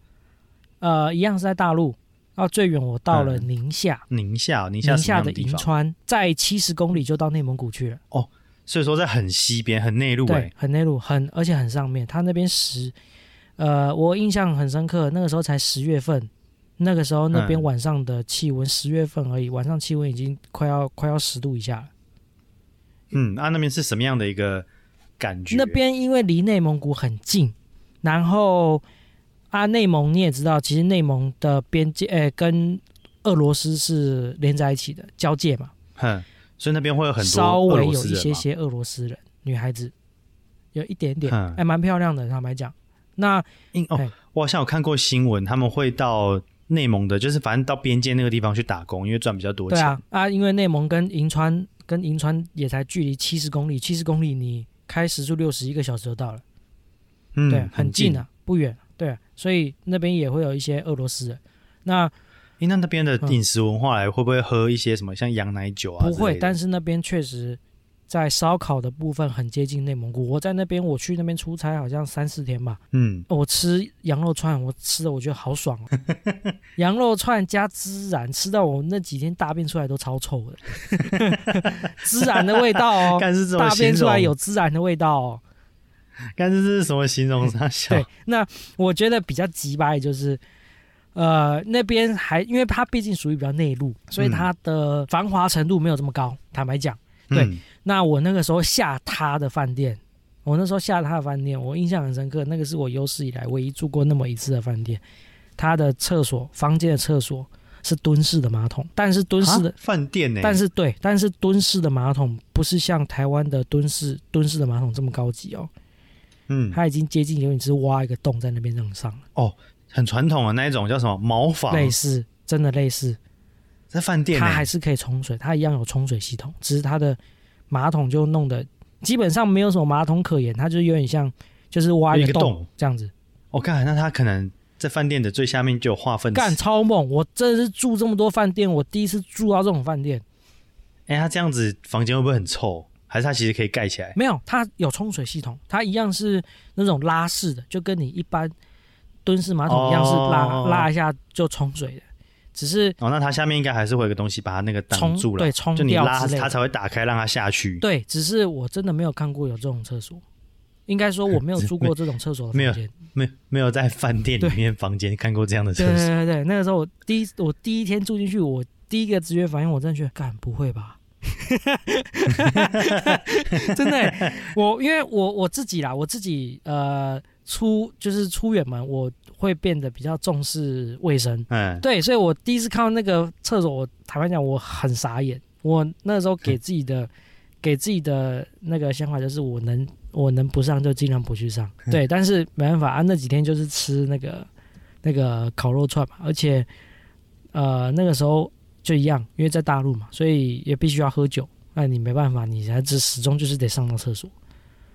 Speaker 2: 呃，一样是在大陆，啊，最远我到了
Speaker 1: 嗯
Speaker 2: 宁夏。
Speaker 1: 宁夏，宁夏
Speaker 2: 宁
Speaker 1: 什么
Speaker 2: 夏
Speaker 1: 样
Speaker 2: 的
Speaker 1: 地
Speaker 2: 银
Speaker 1: 方？
Speaker 2: 川，在七十公里就到内蒙古去了。
Speaker 1: 所以说在很西边，很内陆、
Speaker 2: 对
Speaker 1: 哎，，
Speaker 2: 很内陆，很而且很上面。它那边十，呃，我印象很深刻，那个时候才十月份，那个时候那边
Speaker 1: 嗯
Speaker 2: 晚上的气温十月份而已，晚上气温已经快要快要十度以下了。
Speaker 1: 嗯，啊，那边是什么样的一个感觉？
Speaker 2: 那边因为离内蒙古很近，然后啊，内蒙你也知道，其实内蒙的边界，呃，跟俄罗斯是连在一起的交界嘛。
Speaker 1: 哼，所以那边会有很多
Speaker 2: 稍微
Speaker 1: 俄罗
Speaker 2: 有
Speaker 1: 斯
Speaker 2: 一
Speaker 1: 人
Speaker 2: 些
Speaker 1: 吗
Speaker 2: 些俄罗斯人女孩子，有一点点，哎
Speaker 1: 嗯
Speaker 2: 还蛮漂亮的。坦白讲，那
Speaker 1: 因
Speaker 2: 哎
Speaker 1: 哦，我好像有看过新闻，他们会到内蒙的，就是反正到边界那个地方去打工，因为赚比较多
Speaker 2: 对
Speaker 1: 钱。
Speaker 2: 啊啊，因为内蒙跟银川跟银川也才距离七十公里，七十公里你开时速六十一个小时就到了，
Speaker 1: 嗯，
Speaker 2: 对，
Speaker 1: 很
Speaker 2: 近。啊，不远，对啊、所以那边也会有一些俄罗斯人。那
Speaker 1: 诶那那边的
Speaker 2: 嗯
Speaker 1: 饮食文化来会不会喝一些什么像羊奶酒啊之
Speaker 2: 不
Speaker 1: 类的？
Speaker 2: 会，但是那边确实在烧烤的部分很接近内蒙古。我在那边，我去那边出差好像三四天吧，
Speaker 1: 嗯，
Speaker 2: 我吃羊肉串，我吃的我觉得 好爽、哦，羊肉串加孜然，吃到我那几天大便出来都超臭的， 孜然的味道哦，
Speaker 1: 干是这种
Speaker 2: 大
Speaker 1: 形
Speaker 2: 便
Speaker 1: 容，
Speaker 2: 出来有孜然的味道哦。
Speaker 1: 干是这是什么形容？他小
Speaker 2: 对，那我觉得比较急吧，也就是。呃，那边还因为它毕竟属于比较内陆，所以
Speaker 1: 嗯
Speaker 2: 它的繁华程度没有这么高。坦白讲，对
Speaker 1: 嗯
Speaker 2: 那我那个时候下榻的饭店，我那时候下榻的饭店，我印象很深刻，那个是我有史以来唯一住过那么一次的饭店。它的厕所，房间的厕所是蹲式的马桶，但是蹲式的
Speaker 1: 啊，饭店呢？
Speaker 2: 但是对，但是蹲式的马桶不是像台湾的蹲式蹲式的马桶这么高级哦，
Speaker 1: 嗯，
Speaker 2: 它已经接近有点是挖一个洞在那边让你上了，
Speaker 1: 很传统的那一种叫什么茅房，
Speaker 2: 类似，真的类似，
Speaker 1: 在饭店呢
Speaker 2: 它还是可以冲水，它一样有冲水系统，只是它的马桶就弄得基本上没有什么马桶可言，它就有点像就是挖一
Speaker 1: 一
Speaker 2: 个
Speaker 1: 个
Speaker 2: 洞
Speaker 1: 洞。
Speaker 2: 这样子。
Speaker 1: 哦我看那他可能在饭店的最下面就有化粪池。
Speaker 2: 干超猛！我真的是住这么多饭店，我第一次住到这种饭店。
Speaker 1: 哎、他这样子房间会不会很臭？还是他其实可以盖起来？
Speaker 2: 没有，它有冲水系统，它一样是那种拉式的，就跟你一般蹲式马桶一样是拉、
Speaker 1: 哦
Speaker 2: 拉一下就冲水的，只是
Speaker 1: 哦，那它下面应该还是会有个东西把它那个挡
Speaker 2: 冲
Speaker 1: 住了
Speaker 2: 对，冲
Speaker 1: 就你
Speaker 2: 掉
Speaker 1: 拉
Speaker 2: 之类
Speaker 1: 它
Speaker 2: 的。
Speaker 1: 才会打开，让它下去。
Speaker 2: 对，只是我真的没有看过有这种厕所，应该说 我没有住过这种厕所的
Speaker 1: 没有
Speaker 2: 房间。
Speaker 1: 没没有在饭店里面房间看过这样的厕
Speaker 2: 对对
Speaker 1: 所，
Speaker 2: 对对，那个时候我第一我第一天住进去，我第一个直觉反应，我真的觉得，干不会吧？ 真的欸、我因为我我自己啦，我自己呃出就是出远门，我会变得比较重视卫生。
Speaker 1: 嗯，
Speaker 2: 对，所以我第一次看到那个厕所，我坦白讲，我很傻眼。我那时候给自己的给自己的那个想法就是，我能我能不上就尽量不去上。
Speaker 1: 嗯
Speaker 2: 对，但是没办法啊，那几天就是吃那个那个烤肉串嘛，而且呃那个时候就一样，因为在大陆嘛，所以也必须要喝酒。那你没办法，你还是始终就是得上到厕所。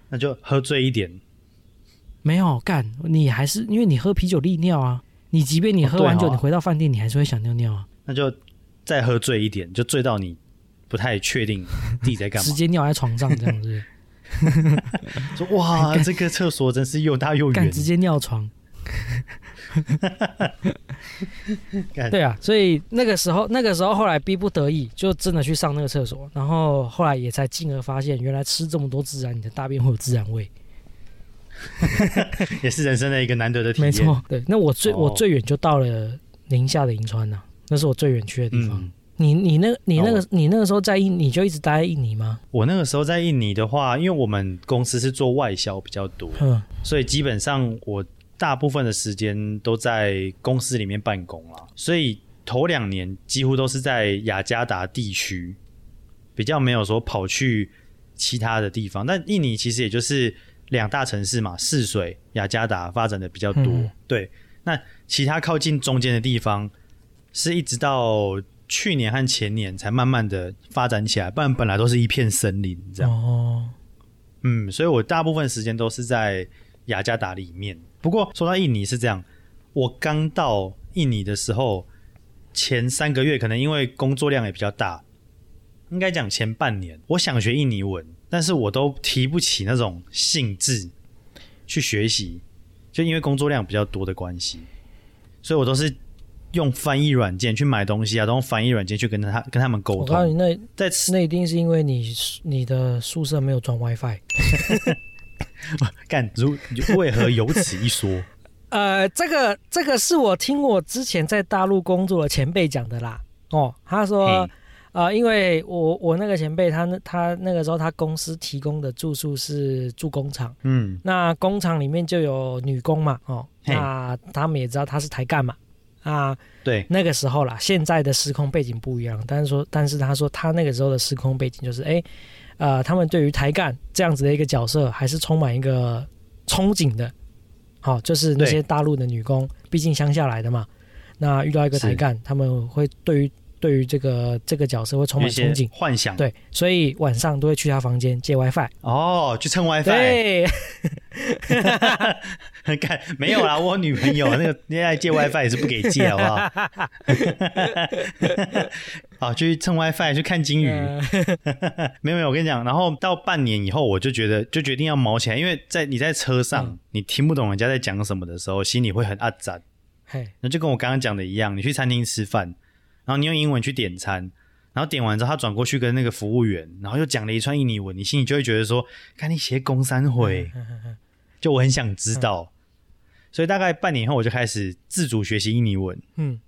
Speaker 1: 那就喝醉一点，
Speaker 2: 没有干，你还是因为你喝啤酒利尿啊。你即便你
Speaker 1: 哦
Speaker 2: 喝
Speaker 1: 对
Speaker 2: 完酒，
Speaker 1: 哦
Speaker 2: 你回到饭店，你还是会想尿尿啊。
Speaker 1: 那就再喝醉一点，就醉到你不太确 定自己在干
Speaker 2: 直
Speaker 1: 嘛。
Speaker 2: 接尿在床上 这样子，
Speaker 1: 说哇，这个厕所真是又大又
Speaker 2: 干
Speaker 1: 远，
Speaker 2: 直接尿床。
Speaker 1: 干
Speaker 2: 对啊，所以那个时候，那个时候后来逼不得已，就真的去上那个厕所，然后后来也才进而发现，原来吃这么多孜然，你的大便会有孜然味。
Speaker 1: 也是人生的一个难得的 体验。
Speaker 2: 没错，对。那我最、
Speaker 1: 哦
Speaker 2: 我最远就到了宁夏的银川呐、啊那是我最远去的地方。
Speaker 1: 嗯，
Speaker 2: 你你那你那个、
Speaker 1: 哦
Speaker 2: 你那个时候在印，你就一直待在印尼吗？
Speaker 1: 我那个时候在印尼的话，因为我们公司是做外销比较多，
Speaker 2: 嗯，
Speaker 1: 所以基本上我大部分的时间都在公司里面办公啦，所以头两年几乎都是在雅加达地区，比较没有说跑去其他的地方。但印尼其实也就是两大城市嘛，泗水、雅加达发展的比较多。
Speaker 2: 嗯
Speaker 1: 对，那其他靠近中间的地方，是一直到去年和前年才慢慢的发展起来，不然本来都是一片森林这样。
Speaker 2: 哦，
Speaker 1: 嗯，所以我大部分时间都是在雅加达里面。不过说到印尼是这样，我刚到印尼的时候，前三个月可能因为工作量也比较大，应该讲前半年，我想学印尼文，但是我都提不起那种兴致去学习，就因为工作量比较多的关系，所以我都是用翻译软件去买东西啊，都用翻译软件去跟他跟他们沟
Speaker 2: 我告诉
Speaker 1: 通。
Speaker 2: 你，那
Speaker 1: 在吃
Speaker 2: 那一定是因为你你的宿舍没有装 WiFi。
Speaker 1: 干如为何有此一 说？
Speaker 2: 呃，这个这个是我听我之前在大陆工作的前辈讲的啦。哦，他说
Speaker 1: 嘿，
Speaker 2: 呃，因为我我那个前辈他那他那个时候他公司提供的住宿是住工厂，
Speaker 1: 嗯
Speaker 2: 那工厂里面就有女工嘛，哦，
Speaker 1: 嘿
Speaker 2: 那他们也知道他是台干嘛。啊，
Speaker 1: 对，
Speaker 2: 那个时候啦，现在的时空背景不一样，但是说，但是他说他那个时候的时空背景就是，哎、呃，他们对于台干这样子的一个角色，还是充满一个憧憬的。好、就是那
Speaker 1: 对
Speaker 2: 些大陆的女工，毕竟乡下来的嘛，那遇到一个台
Speaker 1: 是
Speaker 2: 干，他们会对于对于这个这个角色会充
Speaker 1: 有
Speaker 2: 满
Speaker 1: 一些
Speaker 2: 憧憬。
Speaker 1: 幻想，
Speaker 2: 对，所以晚上都会去他房间借 WiFi。
Speaker 1: 哦，去蹭 WiFi，
Speaker 2: 对，
Speaker 1: 看没有 啦，我女朋友那个恋爱借 WiFi 也是不给借，好不好？ 好，去蹭 WiFi 去看金鱼，
Speaker 2: 呃
Speaker 1: 没有没有，我跟你讲，然后到半年以后，我就觉得就决定要毛起来，因为在你在车上、
Speaker 2: 嗯
Speaker 1: 你听不懂人家在讲什么的时候，心里会很啊阿杂，
Speaker 2: 嘿，
Speaker 1: 那就跟我刚刚讲的一样，你去餐厅吃饭，然后你用英文去点餐，然后点完之后，他转过去跟那个服务员，然后又讲了一串印尼文，你心里就会觉得说，看你写公三回。就我很想知道，所以大概半年后我就开始自主学习印尼文。
Speaker 2: 嗯，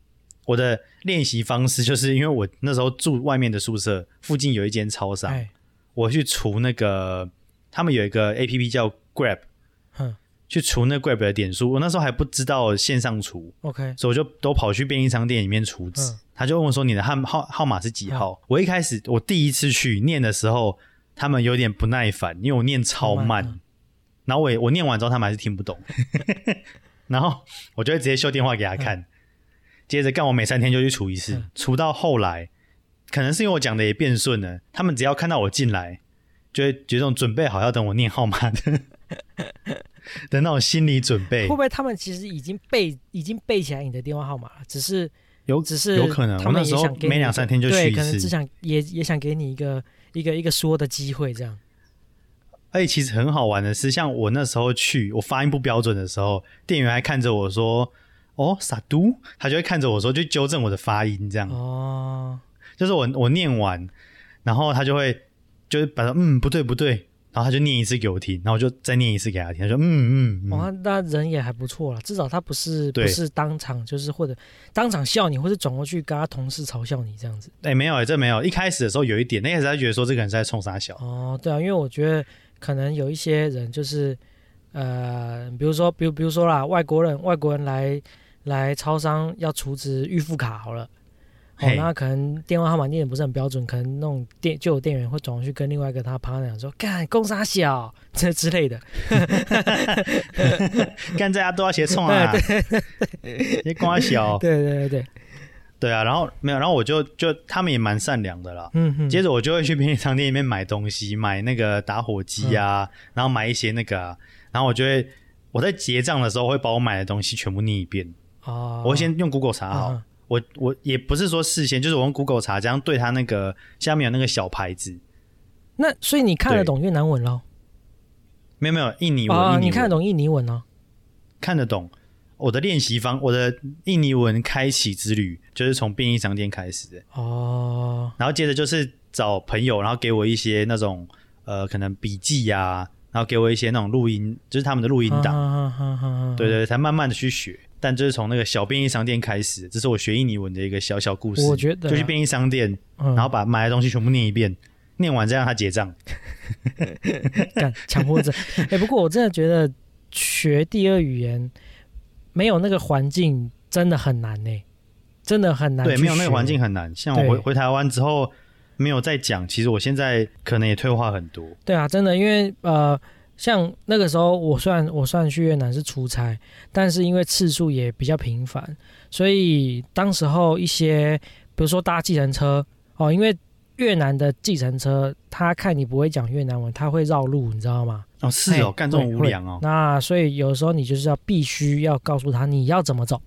Speaker 1: 我的练习方式就是因为我那时候住外面的宿舍，附近有一间超商，
Speaker 2: 哎，
Speaker 1: 我去除那个他们有一个 A P P 叫 Grab，
Speaker 2: 哼
Speaker 1: 去除那 Grab 的点数。我那时候还不知道线上除，
Speaker 2: ，OK，
Speaker 1: 所以我就都跑去便利商店里面储值。
Speaker 2: 嗯
Speaker 1: 他就问我说：“你的号号号码是几号？”我一开始我第一次去念的时候，他们有点不耐烦，因为我念超
Speaker 2: 好慢
Speaker 1: 慢，
Speaker 2: 嗯
Speaker 1: 然后我也我念完之后，他们还是听 不懂，然后我就会直接秀电话给他看。接着干，我每三天就去除一次
Speaker 2: 嗯，
Speaker 1: 除、到后来，可能是因为我讲的也变顺了，他们只要看到我进来，就会有一种准备好要等我念号码的 的那种心理准备
Speaker 2: 会，不会他们其实已经背已经背起来你的电话号码了，只是
Speaker 1: 有
Speaker 2: 只是
Speaker 1: 有可能
Speaker 2: 他
Speaker 1: 我
Speaker 2: 们
Speaker 1: 那
Speaker 2: 也
Speaker 1: 时候
Speaker 2: 想给你
Speaker 1: 每
Speaker 2: 一
Speaker 1: 两
Speaker 2: 个
Speaker 1: 三天就
Speaker 2: 对，
Speaker 1: 去一
Speaker 2: 可能只
Speaker 1: 次，
Speaker 2: 想也也想给你一个一个一个说的机会，这样
Speaker 1: 而且其实很好玩的是，像我那时候去，我发音不标准的时候，店员还看着我说：“哦，傻嘟。”他就会看着我说，就纠正我的发音，这样、
Speaker 2: 哦。
Speaker 1: 就是我我念完，然后他就会就是把它嗯不对不对，然后他就念一次给我听，然后我就再念一次给他听，他说嗯嗯嗯，
Speaker 2: 哇、那人也还不错啦，至少他不是不
Speaker 1: 对是
Speaker 2: 是当场就是或者当场笑你，或者转过去跟他同事嘲笑你这样子。
Speaker 1: 哎、没有、欸，这没有。一开始的时候有一点，那开始他觉得说这个人是在冲傻小，
Speaker 2: 哦，对啊，因为我觉得可能有一些人就是，呃，比如说，比如比如说啦，外国人外国人来来超商要储值预付卡好了，哦，
Speaker 1: 嘿
Speaker 2: 那可能电话号码念的不是很标准，可能那种店就有店员会转过去跟另外一个他 partner 讲说，干公傻小 这之类的，
Speaker 1: 干这家都要写冲 啊， 你光小，
Speaker 2: 对对对对，
Speaker 1: 对啊。然后没有，然后我就就他们也蛮善良的啦。
Speaker 2: 嗯哼，
Speaker 1: 接着我就会去便利商店里面买东西，买那个打火机啊，
Speaker 2: 嗯
Speaker 1: 然后买一些那个、啊，然后我就会我在结账的时候会把我买的东西全部念一遍，
Speaker 2: 哦，
Speaker 1: 我会先用 Google 查好。
Speaker 2: 嗯
Speaker 1: 我我也不是说事先，就是我用 Google 查，这样对它那个下面有那个小牌子，
Speaker 2: 那所以你看得
Speaker 1: 对
Speaker 2: 懂越南文喽？
Speaker 1: 没有没有印尼文，
Speaker 2: 啊，
Speaker 1: 印尼
Speaker 2: 你
Speaker 1: 文
Speaker 2: 看得懂印尼文哦？
Speaker 1: 看得懂。我的练习方，我的印尼文开启之旅，就是从便利商店开始的，
Speaker 2: 哦，
Speaker 1: 然后接着就是找朋友，然后给我一些那种呃，可能笔记呀、然后给我一些那种录音，就是他们的录音档，
Speaker 2: 啊哈哈哈
Speaker 1: 对对对，才慢慢的去学。但就是从那个小便利商店开始，这是我学印尼文的一个小小故事。
Speaker 2: 我觉得啊
Speaker 1: 就去便利商店，
Speaker 2: 嗯
Speaker 1: 然后把买的东西全部念一遍，念完再让他结账。
Speaker 2: 干强 迫症。哎、不过我真的觉得学第二语言没有那个环境真的很难呢、真的很难。
Speaker 1: 对，没有那个环境。很难。像我回
Speaker 2: 对
Speaker 1: 回台湾之后没有再讲，其实我现在可能也退化很多。
Speaker 2: 对啊，真的，因为呃，像那个时候我虽然我虽然去越南是出差，但是因为次数也比较频繁，所以当时候一些比如说搭计程车哦，因为越南的计程车他看你不会讲越南文，他会绕路，你知道吗？
Speaker 1: 哦，是哦，
Speaker 2: 嘿
Speaker 1: 干这种
Speaker 2: 会
Speaker 1: 无良哦，
Speaker 2: 那所以有时候你就是要必须要告诉他你要怎么走。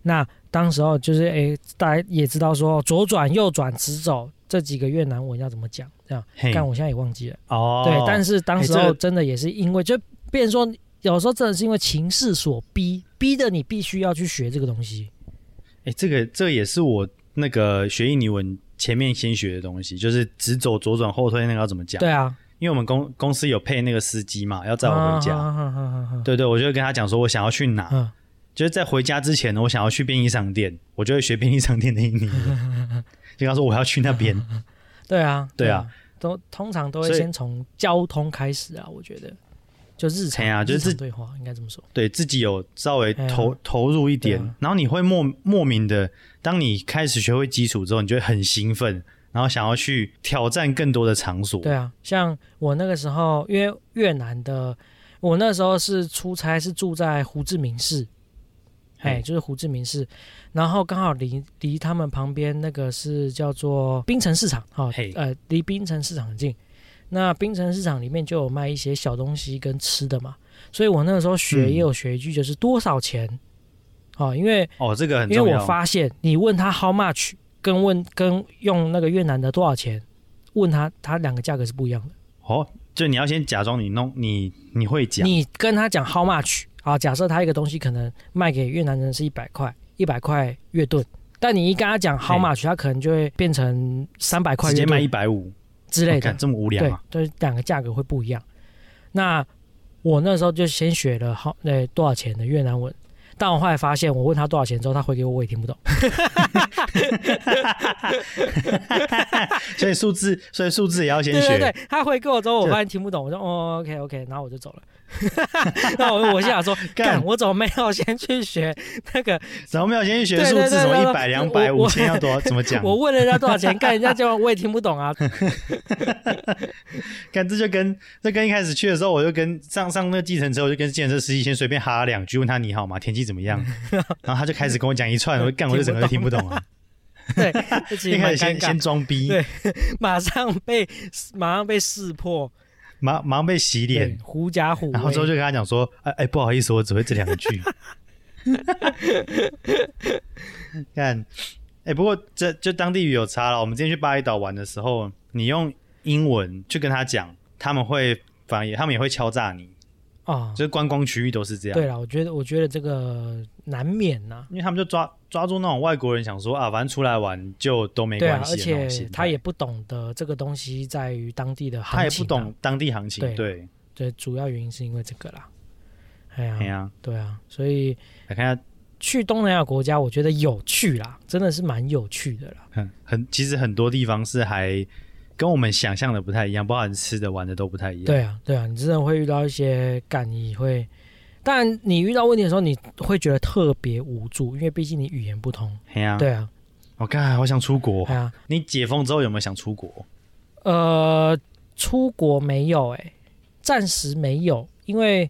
Speaker 2: 那当时候就是诶，大家也知道说左转、右转、直走这几个越南文要怎么讲，这样。
Speaker 1: 嘿，
Speaker 2: 但我现在也忘记了。
Speaker 1: 哦，
Speaker 2: 对，但是当时
Speaker 1: 诶这
Speaker 2: 候
Speaker 1: 个
Speaker 2: 真的也是因为，就变成说有时候真的是因为情势所逼，逼的你必须要去学这个东西。
Speaker 1: 哎，这个这个也是我那个学印尼文前面先学的东西，就是直走、左转、后退那个要怎么讲？
Speaker 2: 对，啊，
Speaker 1: 因为我们公公司有配那个司机嘛，要载我回家。
Speaker 2: 啊哈哈哈哈
Speaker 1: 对对，我就会跟他讲说，我想要去哪，
Speaker 2: 嗯
Speaker 1: 就是在回家之前呢，我想要去便利商店，我就会学便利商店的印尼文， 就跟他说我要去那边。
Speaker 2: 对啊，
Speaker 1: 对啊，
Speaker 2: 都通常都会
Speaker 1: 所以
Speaker 2: 先从交通开始啊，我觉得就日常
Speaker 1: 哎呀就
Speaker 2: 日
Speaker 1: 是
Speaker 2: 常对话应该这么说。
Speaker 1: 对自己有稍微
Speaker 2: 哎呀
Speaker 1: 投、投入一点，
Speaker 2: 对啊
Speaker 1: 然后你会莫莫名的，当你开始学会基础之后，你就会很兴奋，然后想要去挑战更多的场所。
Speaker 2: 对啊，像我那个时候，因为越南的，我那时候是出差，是住在胡志明市，哎，
Speaker 1: 嗯
Speaker 2: 就是胡志明市，然后刚好离离他们旁边那个是叫做槟城市场，哦
Speaker 1: 嘿，
Speaker 2: 呃，离槟城市场很近。那槟城市场里面就有卖一些小东西跟吃的嘛，所以我那个时候学
Speaker 1: 嗯
Speaker 2: 也有学一句，就是多少钱，哦，因为
Speaker 1: 哦，这个很重
Speaker 2: 因
Speaker 1: 要。
Speaker 2: 为我发现你问他 how much，跟问跟用那个越南的多少钱，问他他两个价格是不一样的。
Speaker 1: 哦，就你要先假装你弄你你会讲，
Speaker 2: 你跟他讲 how much 啊，假设他一个东西可能卖给越南人是一百块，一百块越盾，但你一跟他讲 how
Speaker 1: 嘿
Speaker 2: much，他可能就会变成三百块
Speaker 1: 直
Speaker 2: 越
Speaker 1: 接卖一
Speaker 2: 盾
Speaker 1: 百五
Speaker 2: 之类的
Speaker 1: 看，这么无良
Speaker 2: 对
Speaker 1: 啊！，
Speaker 2: 就是两个价格会不一样。那我那时候就先学了好呃多少钱的越南文，但我后来发现，我问他多少钱之后，他回给我我也听不懂。
Speaker 1: 所以数字，所以数字也要先
Speaker 2: 对
Speaker 1: 学。
Speaker 2: 对对，他回给我之后，我
Speaker 1: 这
Speaker 2: 发现听不懂，我说哦，OK OK，然后我就走了。 那我我心想说，干，
Speaker 1: 干
Speaker 2: 我怎么没有先去学那个？
Speaker 1: 然后没有先去学
Speaker 2: 对
Speaker 1: 数
Speaker 2: 对
Speaker 1: 字，
Speaker 2: 对
Speaker 1: 什么
Speaker 2: 对对
Speaker 1: 一百、两百、
Speaker 2: 我
Speaker 1: 五千要多少怎么讲？
Speaker 2: 我问人家多少钱，干人家结果我也听不 懂啊。
Speaker 1: 看，这就跟这跟一开始去的时候，我就跟上上那个计程车，我就跟计程车司机先随便哈两句，问他你好吗，天气怎么 样，然后他就开始跟我讲一串，我就干我就整个就听不懂啊，
Speaker 2: 对， 这其
Speaker 1: 一
Speaker 2: 实蛮
Speaker 1: 开始
Speaker 2: 尴
Speaker 1: 先
Speaker 2: 尬
Speaker 1: 先，装逼，
Speaker 2: 对马上被马上被识破。
Speaker 1: 马马上被洗脸
Speaker 2: 对，狐假虎威。
Speaker 1: 然后之后就跟他讲说：“哎哎，不好意思，我只会这两 句。”看，哎，不过这就当地语有差了。我们今天去巴厘岛玩的时候，你用英文去跟他讲，他们会反而也他们也会敲诈你，
Speaker 2: 啊
Speaker 1: 就，是观光区域都是这样
Speaker 2: 对。了，我觉得我觉得这个难免啊呐、
Speaker 1: 因为他们就抓抓住那种外国人，想说啊，反正出来玩就都没
Speaker 2: 对啊
Speaker 1: 关，系、
Speaker 2: 而
Speaker 1: 的那种心
Speaker 2: 且
Speaker 1: 态
Speaker 2: 他也不懂得这个东西在于当地的
Speaker 1: 他
Speaker 2: 行
Speaker 1: 也
Speaker 2: 情、
Speaker 1: 不
Speaker 2: 啊，
Speaker 1: 懂当地行情，
Speaker 2: 对
Speaker 1: 对
Speaker 2: 啊对，主要原因是因为这个啦。哎呀，
Speaker 1: 哎呀、
Speaker 2: 对啊，所以
Speaker 1: 来看一下，
Speaker 2: 去东南亚国家，我觉得有趣啦，真的是蛮有趣的啦。
Speaker 1: 很很其实很多地方是还跟我们想象的不太一样，包含吃的、玩的都不太一样。
Speaker 2: 对啊，对啊，你真的会遇到一些干，你会，当然你遇到问题的时候，你会觉得特别无助，因为毕竟你语言不通。
Speaker 1: 哎呀、
Speaker 2: 对啊，
Speaker 1: 我看好想出国
Speaker 2: 对。啊，
Speaker 1: 你解封之后有没有想出国？
Speaker 2: 呃，出国没有哎、暂时没有，因为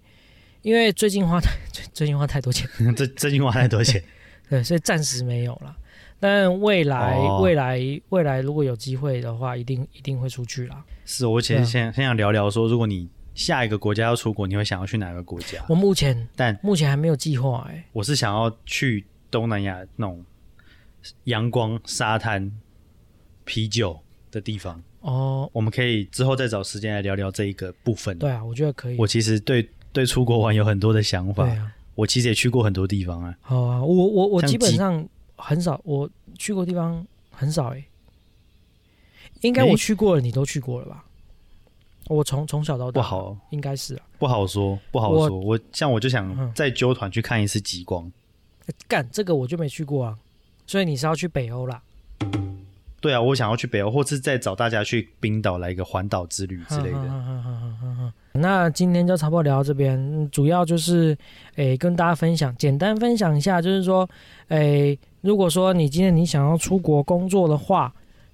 Speaker 2: 因为最近花太最最近花太多钱，
Speaker 1: 这这句话太多钱。
Speaker 2: 对，啊所以暂时没有啦。但未来、
Speaker 1: 哦
Speaker 2: 未来未来如果有机会的话，一定一定会出去啦。
Speaker 1: 是我其
Speaker 2: 对
Speaker 1: 实
Speaker 2: 啊
Speaker 1: 先先想聊聊说，如果你下一个国家要出国，你会想要去哪个国家？
Speaker 2: 我目前
Speaker 1: 但
Speaker 2: 目前还没有计划哎，
Speaker 1: 我是想要去东南亚那种阳光、沙滩、啤酒的地方。
Speaker 2: 哦，
Speaker 1: 我们可以之后再找时间来聊聊这一个部分。
Speaker 2: 对啊，我觉得可以。
Speaker 1: 我其实对对出国玩有很多的想
Speaker 2: 对
Speaker 1: 法，
Speaker 2: 啊，
Speaker 1: 我其实也去过很多地方啊。
Speaker 2: 好啊，我我我
Speaker 1: 像
Speaker 2: 基本
Speaker 1: 极
Speaker 2: 上很少，我去过地方很少哎、应该
Speaker 1: 诶
Speaker 2: 我去过了，你都去过了吧？我从从小到
Speaker 1: 不
Speaker 2: 大，
Speaker 1: 好
Speaker 2: 应该是啊。
Speaker 1: 不好说，不好
Speaker 2: 我
Speaker 1: 说。我像我就
Speaker 2: 嗯
Speaker 1: 想再揪团去看一次极光。
Speaker 2: 欸干这个我就没去过啊，所以你是要去北欧啦
Speaker 1: 对啊，我想要去北欧，或是再找大家去冰岛来一个环岛之旅之类的。
Speaker 2: 嗯的。嗯那今天就差不多聊到这边，嗯主要就是诶、跟大家分享，简单分享一下，就是说，诶、如果说你今天你想要出国工作的话，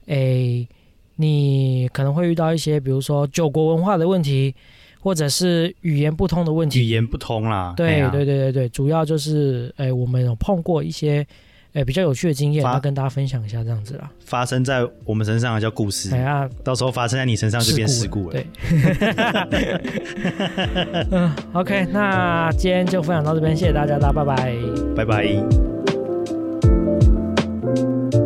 Speaker 2: 诶、你可能会遇到一些，比如说九国文化的问题，或者是语言不通的问题
Speaker 1: 语。言不通啦，哎
Speaker 2: 嗯对
Speaker 1: 呀
Speaker 2: 对对对对，主要就是诶、我们有碰过一些诶、比较有趣的经验，
Speaker 1: 发
Speaker 2: 要跟大家分享一下这样子啦。
Speaker 1: 发生在我们身上的叫故事，
Speaker 2: 哎呀、
Speaker 1: 到时候发生在你身上就变事故了。
Speaker 2: 对， 嗯，OK，那今天就分享到这边，谢谢大家，大家拜拜。
Speaker 1: 拜拜。